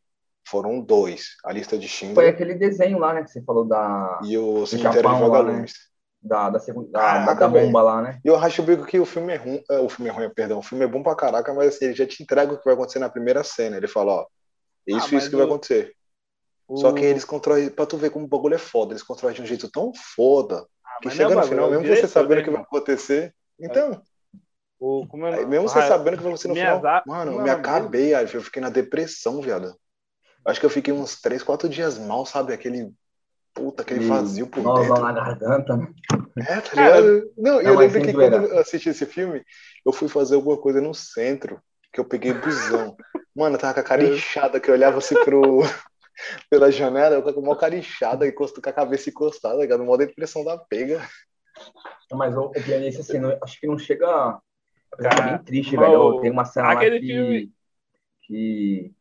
Speaker 2: foram dois, A Lista de
Speaker 3: Foi
Speaker 2: Schindler
Speaker 3: aquele desenho lá, né, que você falou da,
Speaker 2: e O Cemitério de
Speaker 3: Japão lá, né?
Speaker 2: Vagalumes.
Speaker 3: da, da, segunda, da, da
Speaker 2: Caraca, velho.
Speaker 3: bomba lá, né?
Speaker 2: E eu acho o bico que o filme é ruim. é, O filme é ruim, perdão. O filme é bom pra caraca, mas assim, ele já te entrega o que vai acontecer na primeira cena. Ele fala, ó, é
Speaker 1: Ah,
Speaker 2: isso e isso
Speaker 1: mas
Speaker 2: que vai
Speaker 1: o-
Speaker 2: acontecer. Só que eles constroem, pra tu ver como o bagulho é foda, eles constroem de um jeito tão foda
Speaker 1: Ah,
Speaker 2: que
Speaker 1: mas
Speaker 2: chega
Speaker 1: não,
Speaker 2: no
Speaker 1: mano,
Speaker 2: final,
Speaker 1: o
Speaker 2: mesmo você
Speaker 1: diretor,
Speaker 2: sabendo
Speaker 1: né,
Speaker 2: o que vai
Speaker 1: mano?
Speaker 2: acontecer. Então,
Speaker 1: O, como é o
Speaker 2: aí,
Speaker 1: nome?
Speaker 2: mesmo você
Speaker 1: Ah,
Speaker 2: sabendo o que vai acontecer no
Speaker 1: Miyazaki-
Speaker 2: final, mano, eu
Speaker 1: como
Speaker 2: me
Speaker 1: é o nome dele?
Speaker 2: acabei, Alf, eu fiquei na depressão, viado. Acho que eu fiquei uns três, quatro dias mal, sabe? Aquele. Puta, aquele
Speaker 3: E
Speaker 2: vazio por
Speaker 3: Nozão
Speaker 2: dentro.
Speaker 3: na garganta, né?
Speaker 2: É, tá
Speaker 1: Cara,
Speaker 2: ligado? Não, e
Speaker 3: não,
Speaker 2: eu
Speaker 3: mas
Speaker 2: lembro
Speaker 3: sem
Speaker 2: que
Speaker 3: zoeira.
Speaker 2: quando eu assisti esse filme, eu fui fazer alguma coisa no centro, que eu peguei busão. Mano, eu tava com a
Speaker 3: É.
Speaker 2: cara inchada, que eu olhava assim pro... pela janela, eu tava com a maior cara inchada, encosto- com a cabeça encostada, tá ligado? Mó depressão da pega.
Speaker 3: Mas o, o pianista, assim, não- acho que não chega. Apesar que é
Speaker 1: Cara,
Speaker 3: bem triste,
Speaker 1: mas
Speaker 3: velho.
Speaker 1: o-
Speaker 3: Tem uma cena lá
Speaker 1: aquele
Speaker 3: que,
Speaker 1: filme-
Speaker 3: que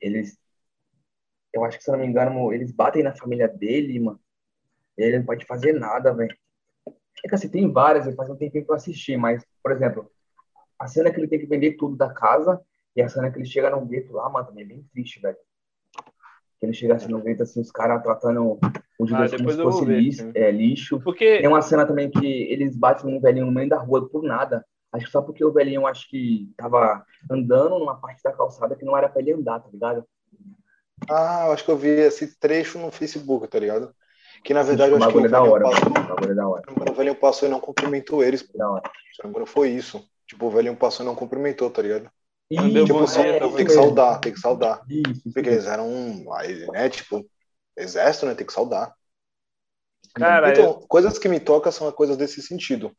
Speaker 3: eles. Eu acho que, se eu não me engano, eles batem na família dele, mano. E ele não pode fazer nada, velho. É que assim, tem várias, faz um tempinho que eu assisti, mas Por exemplo, a cena que ele tem que vender tudo da casa e a cena que ele chega num gueto lá, mano, também é bem triste, velho. Que ele chega assim no gueto, assim, os caras tratando o judeu
Speaker 1: Ah,
Speaker 3: como
Speaker 1: depois
Speaker 3: se
Speaker 1: eu vou
Speaker 3: fosse
Speaker 1: ver,
Speaker 3: lixo,
Speaker 1: sim.
Speaker 3: é, lixo.
Speaker 1: Porque
Speaker 3: Tem uma cena também que eles batem num velhinho no meio da rua por nada. Acho que só porque o velhinho, acho que tava andando numa parte da calçada que não era pra ele andar, tá ligado?
Speaker 2: Ah, eu acho que eu vi esse trecho no Facebook, tá ligado? Que na verdade eu
Speaker 3: o
Speaker 2: acho que o
Speaker 3: bagulho é da
Speaker 2: velhinho
Speaker 3: hora,
Speaker 2: passou,
Speaker 3: mano. O bagulho é da hora. é
Speaker 2: o velhinho passou e não cumprimentou eles. pô.
Speaker 3: Da hora.
Speaker 2: Se eu não me engano, foi isso. Tipo, o velhinho passou e não cumprimentou, tá ligado?
Speaker 1: Não deu bom
Speaker 2: Tipo, só
Speaker 1: dia, tá
Speaker 3: é, isso
Speaker 2: tem que
Speaker 3: mesmo.
Speaker 2: saudar, tem que saudar.
Speaker 3: Isso, isso
Speaker 2: Porque
Speaker 3: mesmo.
Speaker 2: eles eram, um, aí, né, tipo, exército, né, tem que saudar.
Speaker 1: Cara,
Speaker 2: então, coisas que me tocam são coisas desse sentido.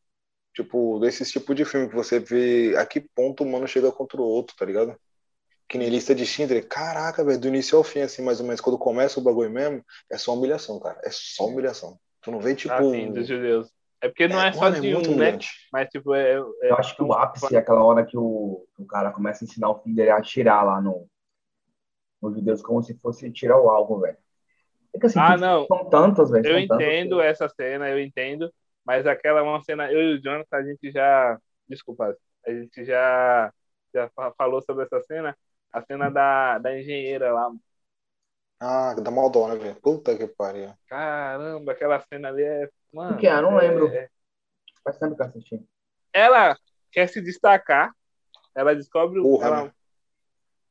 Speaker 2: Tipo, desse tipo de filme que você vê a que ponto o mano chega contra o outro, tá ligado? Que nem lista de Schindler. Caraca, velho, do início ao fim, assim, mais ou menos, quando começa o bagulho mesmo, é só humilhação, cara. É só humilhação. Tu não vê, tipo.
Speaker 1: assim, dos judeus. É porque não é, só de
Speaker 2: mano, muito
Speaker 1: um, né?
Speaker 2: humilhante.
Speaker 1: Mas, tipo, é, é
Speaker 3: Eu acho que o ápice é aquela hora que o, o cara começa a ensinar o filho dele a atirar lá no, no judeus como se fosse tirar o alvo, velho. É que assim,
Speaker 1: Ah,
Speaker 3: tipo,
Speaker 1: não.
Speaker 3: são tantas, velho.
Speaker 1: Eu
Speaker 3: são tantas
Speaker 1: entendo
Speaker 3: que-
Speaker 1: essa cena, eu entendo, mas aquela é uma cena, eu e o Jonathan, a gente já, desculpa, a gente já, já fa- falou sobre essa cena, a cena da, da engenheira lá.
Speaker 2: Ah, dá maldó, né, velho? Puta que pariu.
Speaker 1: Caramba, aquela cena ali é, mano...
Speaker 3: O que é? Eu não
Speaker 1: é-
Speaker 3: lembro.
Speaker 1: é-
Speaker 3: Faz tempo que eu assisti.
Speaker 1: ela quer se destacar, ela descobre... o-
Speaker 2: Burra,
Speaker 1: ela,
Speaker 2: né?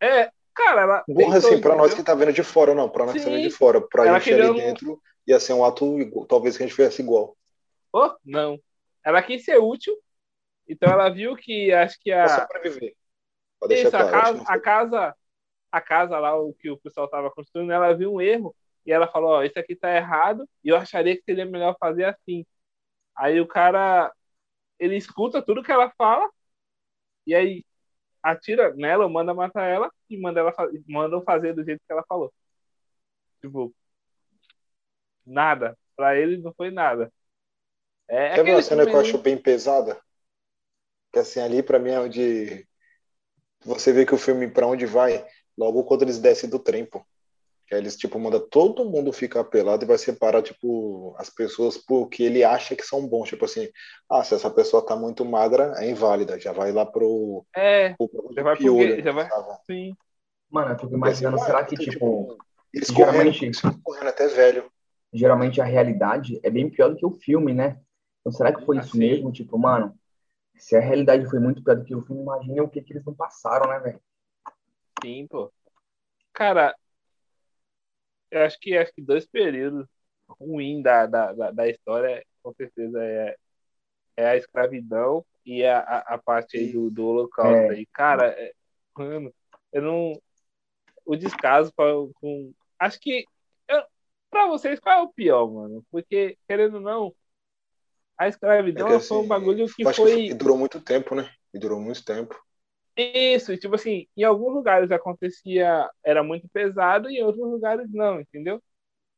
Speaker 1: É, cara, ela...
Speaker 2: Burra,
Speaker 1: tentou,
Speaker 2: assim, pra nós que
Speaker 1: entendeu?
Speaker 2: tá vendo de fora, não. Pra nós que tá vendo de fora. Pra
Speaker 1: Ela
Speaker 2: gente ali
Speaker 1: queria um-
Speaker 2: dentro, ia ser um ato, igual- talvez que a gente fizesse igual.
Speaker 1: Oh, não. Ela quis ser útil, então ela viu que, acho que
Speaker 2: Pra
Speaker 1: a...
Speaker 2: sobreviver. Pra deixar
Speaker 1: É. Isso, a
Speaker 2: claro, acho que
Speaker 1: casa,
Speaker 2: não
Speaker 1: a é
Speaker 2: foi-
Speaker 1: casa, a casa lá, o que o pessoal estava construindo, ela viu um erro e ela falou, ó, isso aqui tá errado e eu acharia que seria melhor fazer assim. Aí o cara, ele escuta tudo que ela fala e aí atira nela, ou manda matar ela e manda ela fa- mandam fazer do jeito que ela falou. Tipo, nada. Pra ele não foi nada. É, é
Speaker 2: Quer ver
Speaker 1: aquele
Speaker 2: uma cena que
Speaker 1: filme
Speaker 2: eu
Speaker 1: ali.
Speaker 2: acho bem pesada? Que assim, ali pra mim é onde você vê que o filme pra onde vai, logo quando eles descem do trem, pô. Que aí eles, tipo, manda todo mundo ficar pelado e vai separar, tipo, as pessoas por que ele acha que são bons. Tipo assim, ah, se essa pessoa tá muito magra, é inválida. Já vai lá pro...
Speaker 1: É,
Speaker 2: pro
Speaker 1: Já vai pro
Speaker 2: piolho,
Speaker 1: gay, já vai-
Speaker 2: sabe?
Speaker 1: sim.
Speaker 3: Mano, eu fico imaginando,
Speaker 2: Assim,
Speaker 3: será
Speaker 2: mano,
Speaker 3: que,
Speaker 2: então,
Speaker 3: tipo,
Speaker 2: eles
Speaker 3: geralmente-
Speaker 2: correndo, eles correndo até velho. É
Speaker 3: geralmente a realidade é bem pior do que o filme, né? Então, será que foi
Speaker 2: Ah,
Speaker 3: isso
Speaker 1: Assim.
Speaker 3: mesmo? Tipo, mano, se a realidade foi muito pior do que o filme, imagina o que, que eles não passaram, né, velho?
Speaker 1: Sim, pô. Cara, eu acho que acho que dois períodos ruins da, da, da, da história, com certeza, é, é a escravidão e a, a, a parte aí do, do holocausto.
Speaker 3: É.
Speaker 1: aí. cara, é- mano, eu não. O descaso pra- com. Acho que. Eu, pra vocês, qual é o pior, mano? Porque, querendo ou não, a escravidão
Speaker 2: É que,
Speaker 1: foi um
Speaker 2: assim,
Speaker 1: bagulho que
Speaker 2: Eu acho
Speaker 1: foi.
Speaker 2: que durou muito tempo, né? E durou muito tempo.
Speaker 1: Isso, e, tipo assim, em alguns lugares acontecia, era muito pesado, e em outros lugares não, entendeu?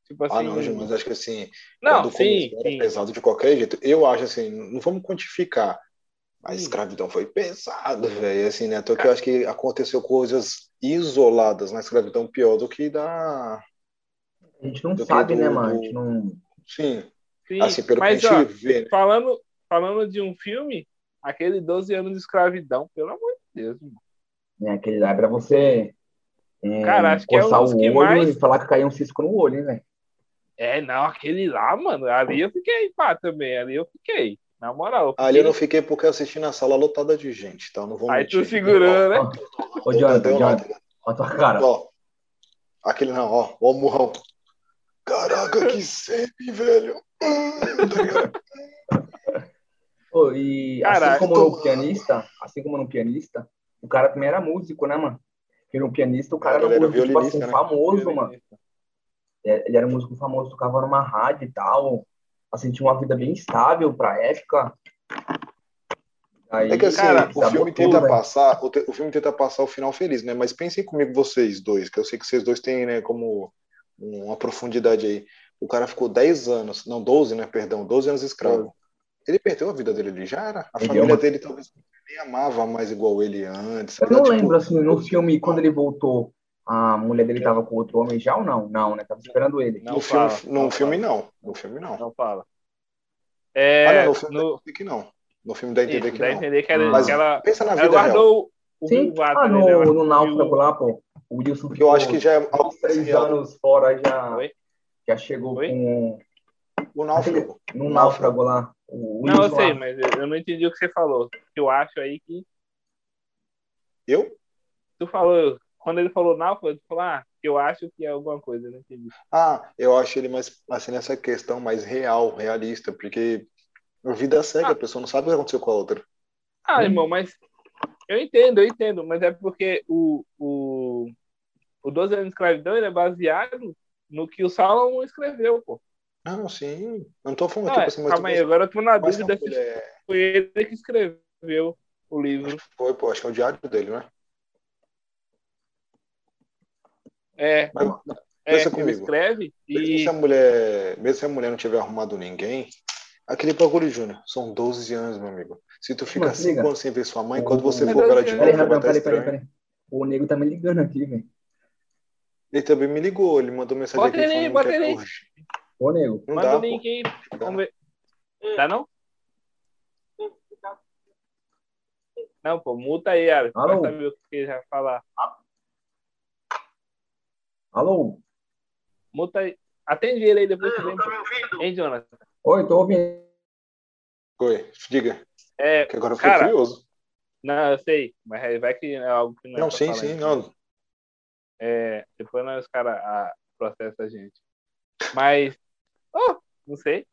Speaker 1: Tipo assim.
Speaker 2: Ah, não, Gil, mas acho que assim,
Speaker 1: não,
Speaker 2: quando
Speaker 1: sim,
Speaker 2: começou era
Speaker 1: sim.
Speaker 2: pesado de qualquer jeito. Eu acho assim, não vamos quantificar. A
Speaker 1: Sim.
Speaker 2: escravidão foi pesado, velho. Assim, né? Então, que eu acho que aconteceu coisas isoladas na escravidão pior do que da.
Speaker 3: A gente não
Speaker 2: Do que
Speaker 3: sabe,
Speaker 2: do-
Speaker 3: né, mano? A
Speaker 2: do-
Speaker 3: gente não.
Speaker 2: Sim,
Speaker 1: sim.
Speaker 2: assim, pelo
Speaker 1: Mas,
Speaker 2: que a
Speaker 1: ó,
Speaker 2: gente vê, né?
Speaker 1: falando, falando de um filme, aquele 12 anos de escravidão, pelo amor de Deus, mano.
Speaker 3: Né, aquele lá é pra você. É,
Speaker 1: Cara, acho que é um
Speaker 3: coçar
Speaker 1: dos
Speaker 3: o
Speaker 1: que
Speaker 3: olho
Speaker 1: mais-
Speaker 3: e falar que caiu um cisco no olho, hein, velho?
Speaker 1: É, não, aquele lá, mano, ali eu fiquei pá também, ali eu fiquei. Na moral, eu
Speaker 2: Ali eu não
Speaker 1: fiquei-
Speaker 2: fiquei porque eu assisti na sala lotada de gente, então não vou
Speaker 1: Aí
Speaker 2: mentir.
Speaker 1: tu segurando, né?
Speaker 3: Ô,
Speaker 2: Deu
Speaker 3: Jonathan,
Speaker 2: nada, deu nada.
Speaker 3: Jonathan, olha a tua cara.
Speaker 2: Ó, aquele não, ó, ó o murrão. Caraca, que sempre, velho. Hum, tá ligado?
Speaker 3: Ô, e
Speaker 1: Caralho,
Speaker 3: assim como
Speaker 2: tô-
Speaker 3: no pianista, assim como no pianista, o cara também era músico, né, mano? Porque no pianista o cara era,
Speaker 2: Ele era
Speaker 3: músico, tipo assim,
Speaker 2: violinista, né?
Speaker 3: famoso, mano. É, ele era um músico famoso, tocava numa rádio e tal. Assim, tinha uma vida bem estável pra época. Aí,
Speaker 2: É que assim,
Speaker 1: Cara,
Speaker 2: o filme
Speaker 3: sabotou,
Speaker 2: tenta
Speaker 3: velho.
Speaker 2: passar, o, te- o filme tenta passar o final feliz, né? Mas pensem comigo vocês dois, que eu sei que vocês dois têm, né, como uma profundidade aí. O cara ficou 10 anos, não, 12, né, perdão, 12 anos escravo. Ele perdeu a vida dele, ele já era. A
Speaker 3: Ele
Speaker 2: família
Speaker 3: ama-
Speaker 2: dele talvez nem amava mais igual ele antes.
Speaker 3: Eu
Speaker 2: tá?
Speaker 3: não
Speaker 2: Tipo,
Speaker 3: lembro, assim, no filme, quando ele voltou, a mulher dele tava com outro homem já ou não? Não, né? Tava esperando ele.
Speaker 1: Não
Speaker 2: no filme,
Speaker 1: fala,
Speaker 2: no
Speaker 1: não
Speaker 2: filme
Speaker 1: fala.
Speaker 2: não, no filme não.
Speaker 1: Não fala. É,
Speaker 2: Ah, não, no filme
Speaker 1: no-
Speaker 2: Sei que não. No filme dá a entender
Speaker 1: É, Isso,
Speaker 2: que
Speaker 1: dá a
Speaker 2: não.
Speaker 1: entender que, era,
Speaker 3: Mas
Speaker 1: que ela,
Speaker 2: Pensa na
Speaker 1: ela
Speaker 2: vida é real.
Speaker 1: É, guardou o
Speaker 3: Sim,
Speaker 1: privado,
Speaker 3: ah,
Speaker 1: né, dela.
Speaker 3: no, no
Speaker 1: E
Speaker 3: Náufrago
Speaker 1: o-
Speaker 3: lá, pô. O Wilson
Speaker 2: Eu acho que já é algo
Speaker 3: seis
Speaker 2: real.
Speaker 3: anos fora já,
Speaker 1: Oi?
Speaker 3: já chegou
Speaker 1: Oi?
Speaker 3: com
Speaker 2: O náufrago.
Speaker 3: no náufrago lá. O
Speaker 1: Não, eu
Speaker 3: Wilson
Speaker 1: sei,
Speaker 3: lá.
Speaker 1: mas eu- eu não entendi o que você falou. Eu acho aí que
Speaker 2: Eu?
Speaker 1: tu falou, quando ele falou náufrago, tu falou, ah, eu acho que é alguma coisa, eu não entendi.
Speaker 2: Ah, eu acho ele mais assim nessa questão mais real, realista, porque a vida segue, a pessoa não sabe o que aconteceu com a outra.
Speaker 1: Ah,
Speaker 3: Hum.
Speaker 1: irmão, mas eu entendo, eu entendo, mas é porque o, o, o 12 anos de escravidão ele é baseado no que o Salomon escreveu, pô.
Speaker 2: Não, sim. Eu não tô falando
Speaker 1: Ah,
Speaker 2: aqui pra você, mas
Speaker 1: calma aí,
Speaker 2: tô
Speaker 1: agora eu tô na
Speaker 2: mas
Speaker 1: dúvida
Speaker 2: não,
Speaker 1: se
Speaker 2: é,
Speaker 1: foi ele que escreveu o livro.
Speaker 2: foi, pô, acho que é o diário dele, né?
Speaker 1: É,
Speaker 2: Mas-
Speaker 1: é
Speaker 2: pensa
Speaker 1: ele
Speaker 2: comigo.
Speaker 1: escreve
Speaker 2: Mesmo
Speaker 1: e
Speaker 2: se a mulher, mesmo se a mulher não tiver arrumado ninguém, aquele bagulho, Júnior, são 12 anos, meu amigo. Se tu fica
Speaker 3: Mas liga.
Speaker 2: 5 anos sem ver sua mãe, quando você
Speaker 1: É
Speaker 2: for ver ela
Speaker 1: 12
Speaker 2: de
Speaker 1: anos.
Speaker 2: novo,
Speaker 3: Peraí,
Speaker 2: vai
Speaker 3: rapidão,
Speaker 2: estar
Speaker 3: peraí, peraí,
Speaker 2: tá estranho.
Speaker 3: peraí. O nego tá me ligando aqui, velho.
Speaker 2: Ele também me ligou, ele mandou mensagem
Speaker 1: Bota
Speaker 2: aqui
Speaker 1: ele aí,
Speaker 2: falando
Speaker 1: bota
Speaker 2: que
Speaker 1: ele aí.
Speaker 2: é hoje.
Speaker 3: Ô, nego.
Speaker 2: Não
Speaker 1: manda
Speaker 2: dá,
Speaker 1: o link
Speaker 2: pô.
Speaker 1: aí, vamos ver. Dá não? Não, pô, multa aí, Ari. Vai
Speaker 3: Alô?
Speaker 2: um.
Speaker 1: saber o que ele vai falar.
Speaker 3: Alô?
Speaker 1: Multa aí. Atende ele aí depois que vem. pô. Hein, Jonas?
Speaker 3: Oi, tô ouvindo.
Speaker 2: Oi, diga,
Speaker 1: É,
Speaker 2: que agora eu fiquei
Speaker 1: Cara,
Speaker 2: curioso.
Speaker 1: não, eu sei, mas vai que é algo que não é
Speaker 2: Não,
Speaker 1: pra
Speaker 2: sim,
Speaker 1: falar,
Speaker 2: sim,
Speaker 1: então.
Speaker 2: não.
Speaker 1: É, depois nós, os caras ah, processam a gente. Mas, oh, não sei.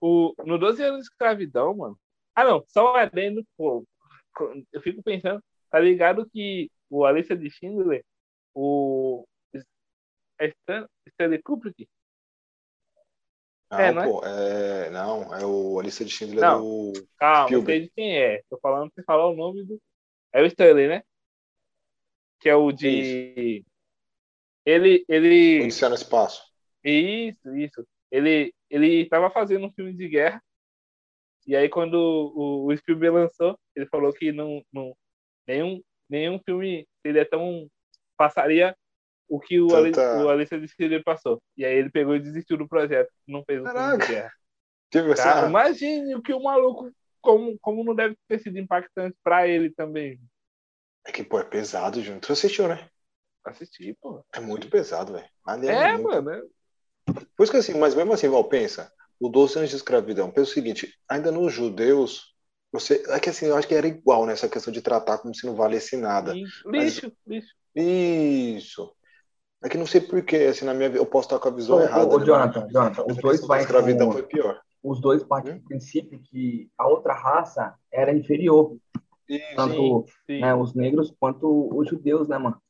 Speaker 1: O, no 12 anos de escravidão, mano. Ah, não, só um adendo, pô. Eu fico pensando, tá ligado que o Alicia de Schindler, o é Stan- Stanley Kubrick,
Speaker 2: Não,
Speaker 1: É, não é?
Speaker 2: Ah, pô, é... Não, é o Alice de Schindler
Speaker 1: Não.
Speaker 2: do...
Speaker 1: calma, eu
Speaker 2: Spielberg.
Speaker 1: sei de quem é. Tô falando pra você falar o nome do. É o Stanley, né? Que é o de. Ele, ele.
Speaker 2: Odisseia no Espaço.
Speaker 1: Isso, isso. Ele ele estava fazendo um filme de guerra. E aí quando o, o Spielberg lançou, ele falou que não, não nenhum nenhum filme seria tão passaria o que o, Ale,
Speaker 2: Tanta-
Speaker 1: o Alicia de Schindler passou. E aí ele pegou e desistiu do projeto, não fez um filme
Speaker 2: Caraca.
Speaker 1: de guerra.
Speaker 2: Teve essa...
Speaker 1: Cara, imagine o que o maluco como como não deve ter sido impactante pra ele também.
Speaker 2: É que, pô, é pesado, Júnior. Tu assistiu, né?
Speaker 1: Assistir, pô.
Speaker 2: É muito pesado, velho. Aliás,
Speaker 1: É,
Speaker 2: muito.
Speaker 1: mano. é-
Speaker 2: Por isso que assim, mas mesmo assim, Val, pensa, o 12 anos de escravidão, pensa o seguinte, ainda nos judeus, você, é que assim, eu acho que era igual nessa questão de tratar como se não valesse nada.
Speaker 1: Lixo, lixo.
Speaker 2: Isso. É que não sei porquê, assim, na minha vi- eu posso estar com a visão
Speaker 3: Ô,
Speaker 2: errada.
Speaker 3: ô,
Speaker 2: né?
Speaker 3: Jonathan, Jonathan, os
Speaker 2: Essa
Speaker 3: dois
Speaker 2: questão da
Speaker 3: vai
Speaker 2: escravidão Hum?
Speaker 3: com-
Speaker 2: foi pior.
Speaker 3: Os dois partem do princípio que a outra raça era inferior,
Speaker 2: Isso.
Speaker 3: tanto
Speaker 1: Sim,
Speaker 3: né, os negros quanto os judeus, né, mano?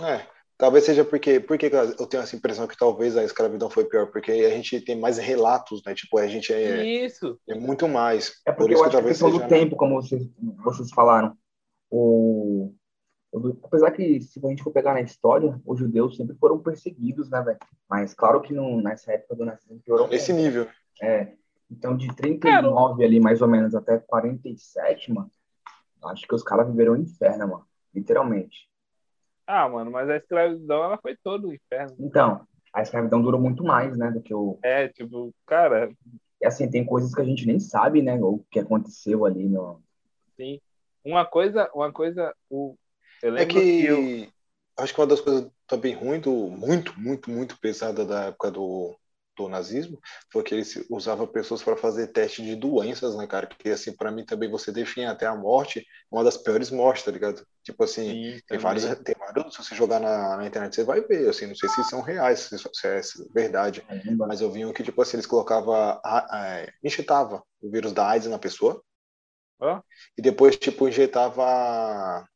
Speaker 2: É, talvez seja porque, porque eu tenho essa impressão que talvez a escravidão foi pior, porque a gente tem mais relatos, né? Tipo, a gente é,
Speaker 1: Isso.
Speaker 2: é muito mais.
Speaker 3: É
Speaker 2: Por
Speaker 3: porque
Speaker 2: isso
Speaker 3: eu
Speaker 2: que
Speaker 3: acho que a
Speaker 2: talvez
Speaker 3: questão
Speaker 2: seja. né?
Speaker 3: do tempo, como vocês, vocês falaram. O... o- Apesar que, se a gente for pegar na história, os judeus sempre foram perseguidos, né, velho? Mas claro que não, nessa época do nazismo piorou.
Speaker 2: Nesse
Speaker 3: muito.
Speaker 2: nível.
Speaker 3: É. Então, de 39 ali, mais ou menos, até 47, mano, acho que os caras viveram um inferno, mano. Literalmente.
Speaker 1: Ah, mano, mas a escravidão ela foi todo o inferno.
Speaker 3: Então, a escravidão durou muito mais, né, do que o...
Speaker 1: É, tipo, cara,
Speaker 3: E assim, tem coisas que a gente nem sabe, né, o que aconteceu ali no...
Speaker 1: assim, uma coisa, uma coisa, o, eu
Speaker 2: É
Speaker 1: lembro
Speaker 2: que
Speaker 1: que, eu,
Speaker 2: acho que uma das coisas também ruim do, muito, muito, muito pesada da época do, do nazismo foi que ele se- usava pessoas para fazer teste de doenças, né, cara? Que assim, para mim também você definha até a morte, é uma das piores mortes, tá ligado? Tipo assim,
Speaker 1: Sim,
Speaker 2: tem
Speaker 1: também.
Speaker 2: vários, tem vários, se você jogar na, na internet você vai ver, assim, não sei se são reais, se, se é verdade.
Speaker 3: Caramba.
Speaker 2: Mas eu vi um que, tipo assim, eles colocavam, a- a- é, injetava o vírus da AIDS na pessoa.
Speaker 1: Ó.
Speaker 2: E depois, tipo, injetava,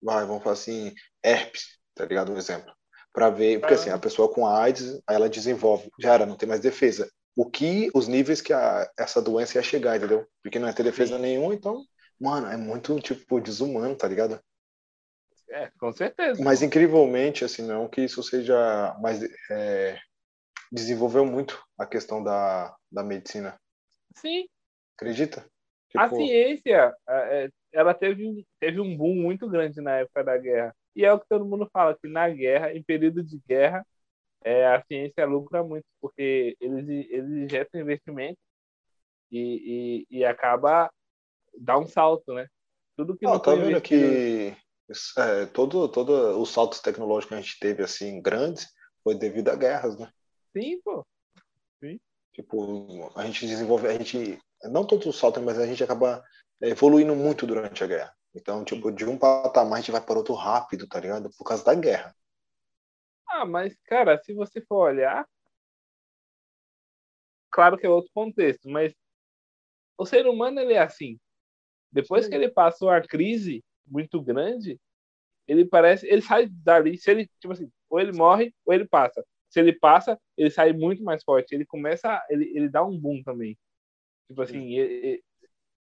Speaker 2: vai, vamos falar assim, herpes, tá ligado? Um exemplo. Pra ver, porque assim, a pessoa com AIDS, aí ela desenvolve, já era, não tem mais defesa. O que, os níveis que a- essa doença ia chegar, entendeu? Porque não ia ter defesa nenhuma, então, mano, é muito, tipo, desumano, tá ligado?
Speaker 1: é, com certeza.
Speaker 2: Mas incrivelmente, assim, não que isso seja mais é, desenvolveu muito a questão da, da medicina.
Speaker 1: Sim,
Speaker 2: Acredita?
Speaker 1: a
Speaker 2: Tipo,
Speaker 1: Assim, ciência, é, é, ela teve, um- teve um boom muito grande na época da guerra. E é o que todo mundo fala, que na guerra, em período de guerra, é, a ciência lucra muito, porque eles, eles injetam investimento e, e, e acaba dá um salto, né? Tudo que
Speaker 2: Não,
Speaker 1: não
Speaker 2: tá
Speaker 1: foi um
Speaker 2: vendo
Speaker 1: investido-
Speaker 2: que é, todo, todo os saltos tecnológicos que a gente teve assim grandes foi devido a guerras, né?
Speaker 1: Sim, pô.
Speaker 2: Tipo, a gente desenvolve, a gente não todos os saltos, mas a gente acaba evoluindo muito durante a guerra. Então, tipo, de um patamar a gente vai para outro rápido, tá ligado? Por causa da guerra.
Speaker 1: Ah, mas, cara, se você for olhar, claro que é outro contexto, mas o ser humano ele é assim. Depois que ele passa uma crise muito grande, ele parece, ele sai dali, se ele, tipo assim, ou ele morre ou ele passa. Se ele passa, ele sai muito mais forte, ele começa, a- ele, ele dá um boom também. Tipo assim, e- e-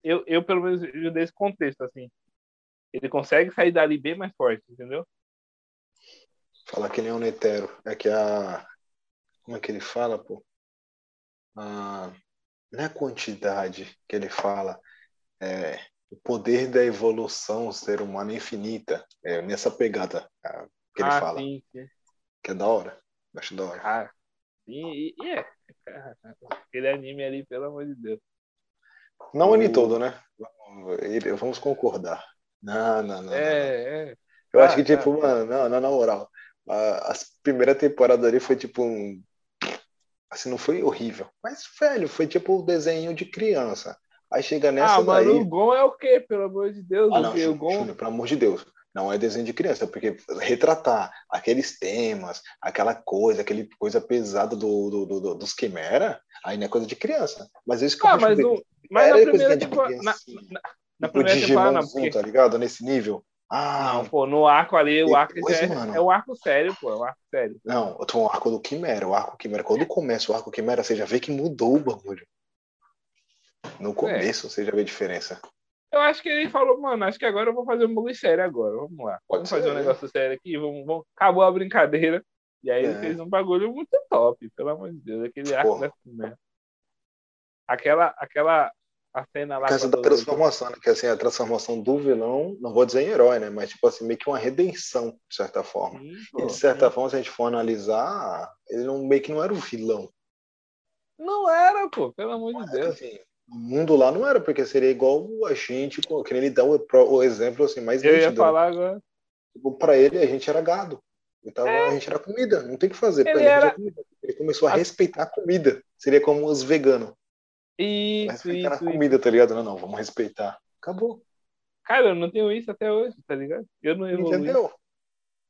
Speaker 1: eu, eu pelo menos eu desse contexto assim. Ele consegue sair dali bem mais forte, entendeu?
Speaker 2: Falar que ele é um netero. É que a. Como é que ele fala, pô? A... Não é a quantidade que ele fala. É o poder da evolução, o ser humano é infinita. É nessa pegada ah, que ele
Speaker 1: ah,
Speaker 2: fala.
Speaker 1: sim, sim.
Speaker 2: Que é da hora. Acho da hora.
Speaker 1: Ah, sim, e, e é. Aquele anime ali, pelo amor de Deus.
Speaker 2: Não o
Speaker 1: O-
Speaker 2: anime todo, né? Vamos- ele- Vamos concordar. Não, não, não. não, não.
Speaker 1: É, é.
Speaker 2: Eu
Speaker 1: tá,
Speaker 2: acho que,
Speaker 1: tá.
Speaker 2: tipo, mano, não, não, na moral. A, a primeira temporada ali foi tipo um. Assim, não foi horrível. Mas, velho, foi tipo um desenho de criança. Aí chega nessa
Speaker 1: ah, mano, o
Speaker 2: daí.
Speaker 1: Gon é o quê, pelo amor de Deus?
Speaker 2: Ah,
Speaker 1: o
Speaker 2: não,
Speaker 1: quê? o
Speaker 2: Júnior,
Speaker 1: Gon.
Speaker 2: Júnior, pelo amor de Deus. Não é desenho de criança, porque retratar aqueles temas, aquela coisa, aquele coisa pesada do, do, do- do- dos quimera, aí não é coisa de criança. Mas isso que eu
Speaker 1: Ah,
Speaker 2: acho
Speaker 1: mas,
Speaker 2: dele.
Speaker 1: o, mas na
Speaker 2: Era coisa
Speaker 1: primeira
Speaker 2: de
Speaker 1: temporada. Na,
Speaker 2: criancinha.
Speaker 1: na- na
Speaker 2: O
Speaker 1: primeira temporada, não,
Speaker 2: Digimonzinho,
Speaker 1: porque.
Speaker 2: tá ligado? Nesse nível. Ah,
Speaker 1: Não, pô, no arco ali, o arco
Speaker 2: Depois,
Speaker 1: já é,
Speaker 2: mano.
Speaker 1: é um arco sério, pô. É um arco sério.
Speaker 2: Não, eu tô no arco do Quimera. O arco Quimera, quando começa o arco Quimera, você já vê que mudou o bagulho.
Speaker 1: É.
Speaker 2: No começo, você já vê a diferença.
Speaker 1: Eu acho que ele falou, mano, acho que agora eu vou fazer um bagulho sério agora. Vamos lá.
Speaker 2: Pode
Speaker 1: vamos fazer
Speaker 2: ser,
Speaker 1: um
Speaker 2: né?
Speaker 1: negócio sério aqui, vamos, vamos. Acabou a brincadeira. E aí ele
Speaker 2: É.
Speaker 1: fez um bagulho muito top, pelo amor de Deus. Aquele arco
Speaker 2: Porra.
Speaker 1: da né? Aquela, aquela a cena lá.
Speaker 2: Por causa
Speaker 1: quando-
Speaker 2: da transformação, né? Que assim, a transformação do vilão, não vou dizer em herói, né? Mas, tipo assim, meio que uma redenção, de certa forma.
Speaker 1: Sim,
Speaker 2: E,
Speaker 1: pô.
Speaker 2: de certa forma, se a gente for analisar, ele não, meio que não era o vilão.
Speaker 1: Não era, pô, pelo amor de
Speaker 2: Porque,
Speaker 1: Deus.
Speaker 2: assim, o mundo lá não era, porque seria igual a gente, pô, que nem ele dá o, o exemplo assim, mais
Speaker 1: Eu ia
Speaker 2: nítido, né?
Speaker 1: falar agora.
Speaker 2: Tipo, pra ele, a gente era gado. Então, A gente era comida, não tem o que fazer. Pra
Speaker 1: É. Ele
Speaker 2: Ele, a gente
Speaker 1: era-
Speaker 2: era comida. Ele começou a
Speaker 1: Ah.
Speaker 2: respeitar a comida. Seria como os veganos.
Speaker 1: Isso,
Speaker 2: Respeitar a
Speaker 1: isso, isso.
Speaker 2: comida, tá ligado? Não, não, vamos respeitar. Acabou.
Speaker 1: Cara, eu não tenho isso até hoje, tá ligado? Eu não evoluí.
Speaker 2: Entendeu?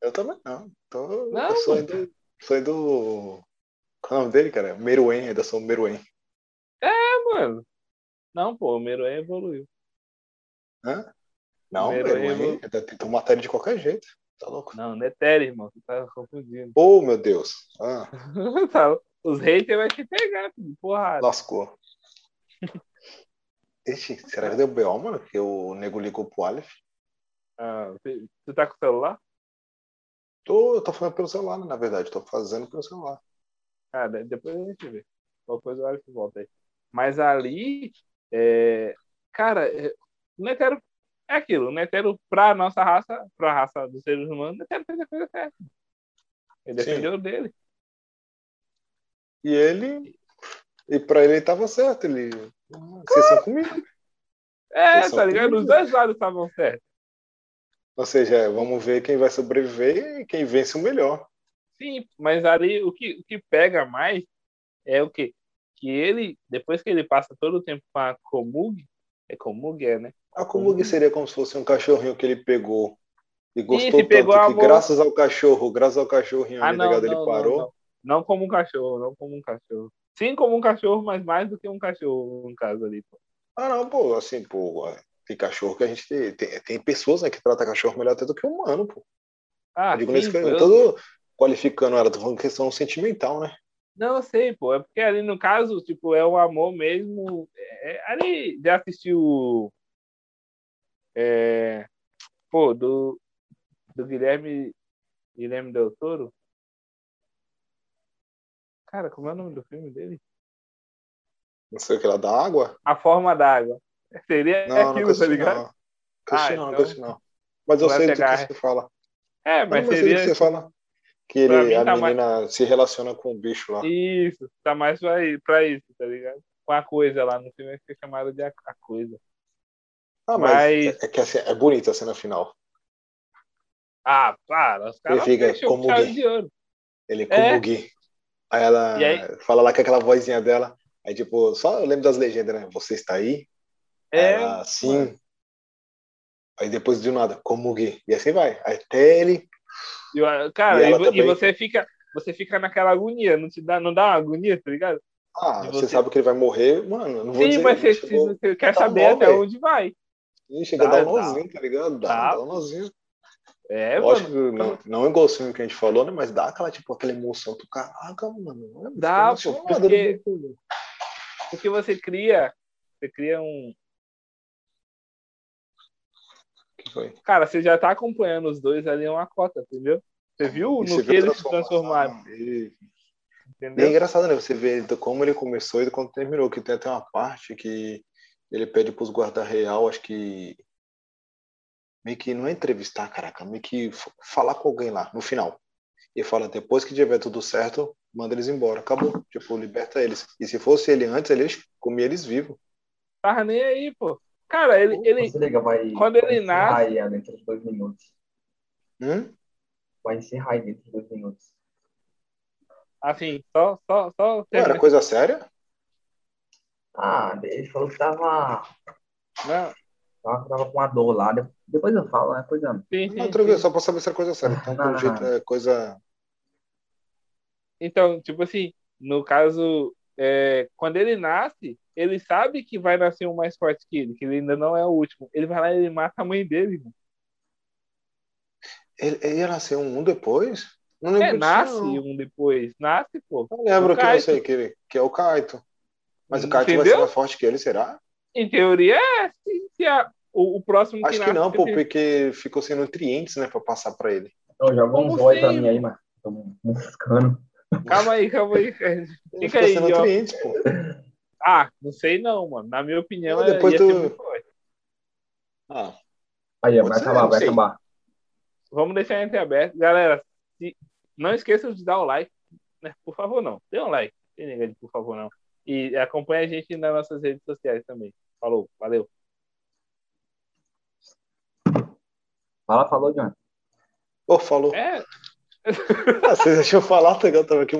Speaker 2: Eu também não. Tô,
Speaker 1: Não,
Speaker 2: eu sou
Speaker 1: mano.
Speaker 2: ainda. Sou ainda. do- Qual é o nome dele, cara? Meruem, ainda sou Meruem.
Speaker 1: É, mano. Não, pô, o Meruem evoluiu.
Speaker 2: Hã? Não,
Speaker 1: Meruem,
Speaker 2: Meruem,
Speaker 1: eu-
Speaker 2: ainda tentam matar ele de qualquer jeito. Tá louco?
Speaker 1: Não, Netero, irmão, você tá confundindo.
Speaker 2: Oh, meu Deus. Ah,
Speaker 1: Tá, Os haters vai te pegar, filho, porrada.
Speaker 2: lascou. Ixi, será que deu B.O., mano? Que o nego ligou pro Aleph.
Speaker 1: Ah, você, você tá com o celular?
Speaker 2: Tô, eu tô falando pelo celular, né, na verdade. Tô fazendo pelo celular.
Speaker 1: Ah, de- depois a gente vê. Depois eu olho que volta aí. Mas ali, é, cara, é, o Netero é aquilo. O Netero, pra nossa raça, pra raça dos seres humanos, o Netero fez a coisa certa. Ele
Speaker 2: Sim.
Speaker 1: defendeu o dele.
Speaker 2: E ele. E pra ele ele tava certo. Ele. Vocês são comigo.
Speaker 1: É,
Speaker 2: Vocês são
Speaker 1: tá ligado?
Speaker 2: comigo.
Speaker 1: Os dois lados estavam certos.
Speaker 2: Ou seja, vamos ver quem vai sobreviver e quem vence o melhor.
Speaker 1: Sim, mas ali o que, o que pega mais é o quê? Que ele, depois que ele passa todo o tempo com a Komug, é Komug, é, né?
Speaker 2: A Kumug seria como se fosse um cachorrinho que ele pegou e
Speaker 1: Ih,
Speaker 2: gostou
Speaker 1: se pegou
Speaker 2: tanto que,
Speaker 1: amor.
Speaker 2: graças ao cachorro, graças ao cachorrinho
Speaker 1: Ah,
Speaker 2: ali,
Speaker 1: não,
Speaker 2: ligado,
Speaker 1: não,
Speaker 2: ele
Speaker 1: Não,
Speaker 2: parou.
Speaker 1: não. Não como um cachorro, não como um cachorro. Sim, como um cachorro, mas mais do que um cachorro, no caso ali. pô.
Speaker 2: Ah, não, pô, assim, pô, tem cachorro que a gente tem. Tem, tem pessoas né, que tratam cachorro melhor até do que humano, pô.
Speaker 1: Ah,
Speaker 2: eu digo
Speaker 1: sim,
Speaker 2: nesse
Speaker 1: pô,
Speaker 2: caso,
Speaker 1: eu-
Speaker 2: todo qualificando ela, tô falando questão sentimental, né?
Speaker 1: Não, eu sei, pô. É porque ali, no caso, tipo, é o amor mesmo. É, é- ali, já assistiu... É, pô, do, do Guilherme... Guilherme Del Toro? Cara, como é o nome do filme dele?
Speaker 2: Não sei o que lá, da água.
Speaker 1: A Forma d'Água. Seria
Speaker 2: Não, não
Speaker 1: aquilo, tá
Speaker 2: assisti,
Speaker 1: ligado?
Speaker 2: não. Assisti,
Speaker 1: Ah,
Speaker 2: não,
Speaker 1: então-
Speaker 2: assisti, não. Mas eu
Speaker 1: Vai
Speaker 2: sei do que
Speaker 1: pegar.
Speaker 2: você fala.
Speaker 1: É,
Speaker 2: Mas,
Speaker 1: mas
Speaker 2: não, mas sei do
Speaker 1: seria...
Speaker 2: que você fala. Que
Speaker 1: Pra
Speaker 2: ele,
Speaker 1: mim
Speaker 2: a
Speaker 1: tá mais-
Speaker 2: menina se relaciona com o bicho lá.
Speaker 1: Isso, tá mais pra, i- pra isso, tá ligado? com a coisa lá no filme, que é chamado de a, a coisa.
Speaker 2: Ah, mas,
Speaker 1: Mas-
Speaker 2: É, que assim, é bonita a cena final.
Speaker 1: Ah, para, os caras
Speaker 2: fica
Speaker 1: fecham com
Speaker 2: como
Speaker 1: chave
Speaker 2: gay.
Speaker 1: de ouro.
Speaker 2: Ele como
Speaker 1: É.
Speaker 2: o Gui. Aí ela
Speaker 1: E aí?
Speaker 2: fala lá com aquela vozinha dela. Aí, tipo, só eu lembro das legendas, né? Você está aí?
Speaker 1: É,
Speaker 2: Ela, sim. Aí depois de nada, como o Gui. E assim vai. Até ele.
Speaker 1: E eu- cara,
Speaker 2: E
Speaker 1: e,
Speaker 2: ela
Speaker 1: vo- e
Speaker 2: também.
Speaker 1: você fica, você fica naquela agonia, não te dá, não dá uma agonia, tá ligado?
Speaker 2: Ah,
Speaker 1: E
Speaker 2: você...
Speaker 1: você-
Speaker 2: sabe que ele vai morrer. Mano, eu não vou
Speaker 1: Sim,
Speaker 2: dizer.
Speaker 1: mas você,
Speaker 2: chegou-
Speaker 1: você quer
Speaker 2: Tá
Speaker 1: saber
Speaker 2: bom,
Speaker 1: até
Speaker 2: velho.
Speaker 1: onde vai.
Speaker 2: Chega a dar
Speaker 1: Dá,
Speaker 2: um nozinho, tá ligado? Dá,
Speaker 1: Dá.
Speaker 2: dá um nozinho.
Speaker 1: É,
Speaker 2: Lógico
Speaker 1: mano.
Speaker 2: que não, não é igual o filme que a gente falou, né? Mas dá aquela, tipo, aquela emoção. Tu, caraca, mano. é
Speaker 1: Dá,
Speaker 2: eu fiquei
Speaker 1: pô,
Speaker 2: emocionado, eu
Speaker 1: porque-
Speaker 2: não vi o filme.
Speaker 1: Porque você cria, você cria um.
Speaker 2: O que foi?
Speaker 1: Cara, você já tá acompanhando os dois ali é uma cota, entendeu? Você viu
Speaker 2: É, E
Speaker 1: no
Speaker 2: você
Speaker 1: que
Speaker 2: vê a
Speaker 1: eles se
Speaker 2: transformação,
Speaker 1: transformaram,
Speaker 2: né? e- E é
Speaker 1: entendeu?
Speaker 2: engraçado, né? Você vê do- como ele começou e do quando terminou, que tem até uma parte que ele pede pros guarda real, acho que meio que não é entrevistar, caraca, meio que f- falar com alguém lá no final. E fala, depois que tiver tudo certo, manda eles embora. Acabou. Tipo, liberta eles. E se fosse ele antes, ele comia eles vivos.
Speaker 1: Tava nem aí, pô. Cara, ele, ele
Speaker 3: Você liga, vai.
Speaker 1: quando ele
Speaker 3: vai encerrar
Speaker 1: nasce-
Speaker 3: aí, ah, dentro de dois minutos.
Speaker 2: Hum?
Speaker 3: Vai encerrar aí dentro de dois minutos.
Speaker 1: assim, só só só
Speaker 2: Não era coisa séria?
Speaker 3: Ah, ele falou que tava.
Speaker 2: Né?
Speaker 1: Não,
Speaker 3: Tava, tava com a dor lá. De- Depois eu falo, né? Pois é.
Speaker 1: sim,
Speaker 2: Não,
Speaker 1: sim,
Speaker 2: tranquilo,
Speaker 1: sim.
Speaker 2: só pra saber se era coisa séria. Então,
Speaker 3: Não,
Speaker 2: pelo
Speaker 3: não,
Speaker 2: jeito, é coisa.
Speaker 1: Então, tipo assim, no caso, é, quando ele nasce, ele sabe que vai nascer um mais forte que ele, que ele ainda não é o último. Ele vai lá e ele mata a mãe dele. mano.
Speaker 2: Ele, ele ia nascer um depois? Não lembro
Speaker 1: É,
Speaker 2: disso,
Speaker 1: nasce
Speaker 2: não.
Speaker 1: um depois. Nasce, pô.
Speaker 2: Eu lembro
Speaker 1: O
Speaker 2: que eu
Speaker 1: Kaito.
Speaker 2: sei que, ele- que é o Kaito. Mas o Kaito vai
Speaker 1: Entendeu?
Speaker 2: ser mais forte que ele, será?
Speaker 1: Em teoria, é. Se, se a- o, o próximo
Speaker 2: Acho que
Speaker 1: nasce-
Speaker 2: não, pô, porque ficou sem nutrientes, né, pra passar pra ele.
Speaker 3: Então, joga um
Speaker 1: Como
Speaker 3: zóio pra
Speaker 1: assim?
Speaker 3: mim aí, mano. Tô moscando.
Speaker 1: Calma aí, calma aí.
Speaker 2: Ele
Speaker 1: Fica
Speaker 2: ficou
Speaker 1: aí,
Speaker 2: sem
Speaker 1: ó.
Speaker 2: nutrientes, pô.
Speaker 1: Ah, não sei não, mano. Na minha opinião, é,
Speaker 2: Mas depois
Speaker 1: ia ser
Speaker 2: tu-
Speaker 1: muito forte.
Speaker 2: Ah,
Speaker 3: Aí, ó,
Speaker 2: Pode
Speaker 3: vai
Speaker 2: ser,
Speaker 3: acabar,
Speaker 2: não
Speaker 3: vai
Speaker 2: sei.
Speaker 3: acabar.
Speaker 1: Vamos deixar entreaberto. Galera, se- não esqueçam de dar o like, né? Por favor, não. Dê um like. Tem ninguém de por favor, não. E acompanha a gente nas nossas redes sociais também. Falou, valeu.
Speaker 3: Fala, falou, John.
Speaker 2: pô, falou.
Speaker 1: É,
Speaker 2: Ah, vocês deixam eu falar, tá ligado? Eu tava aqui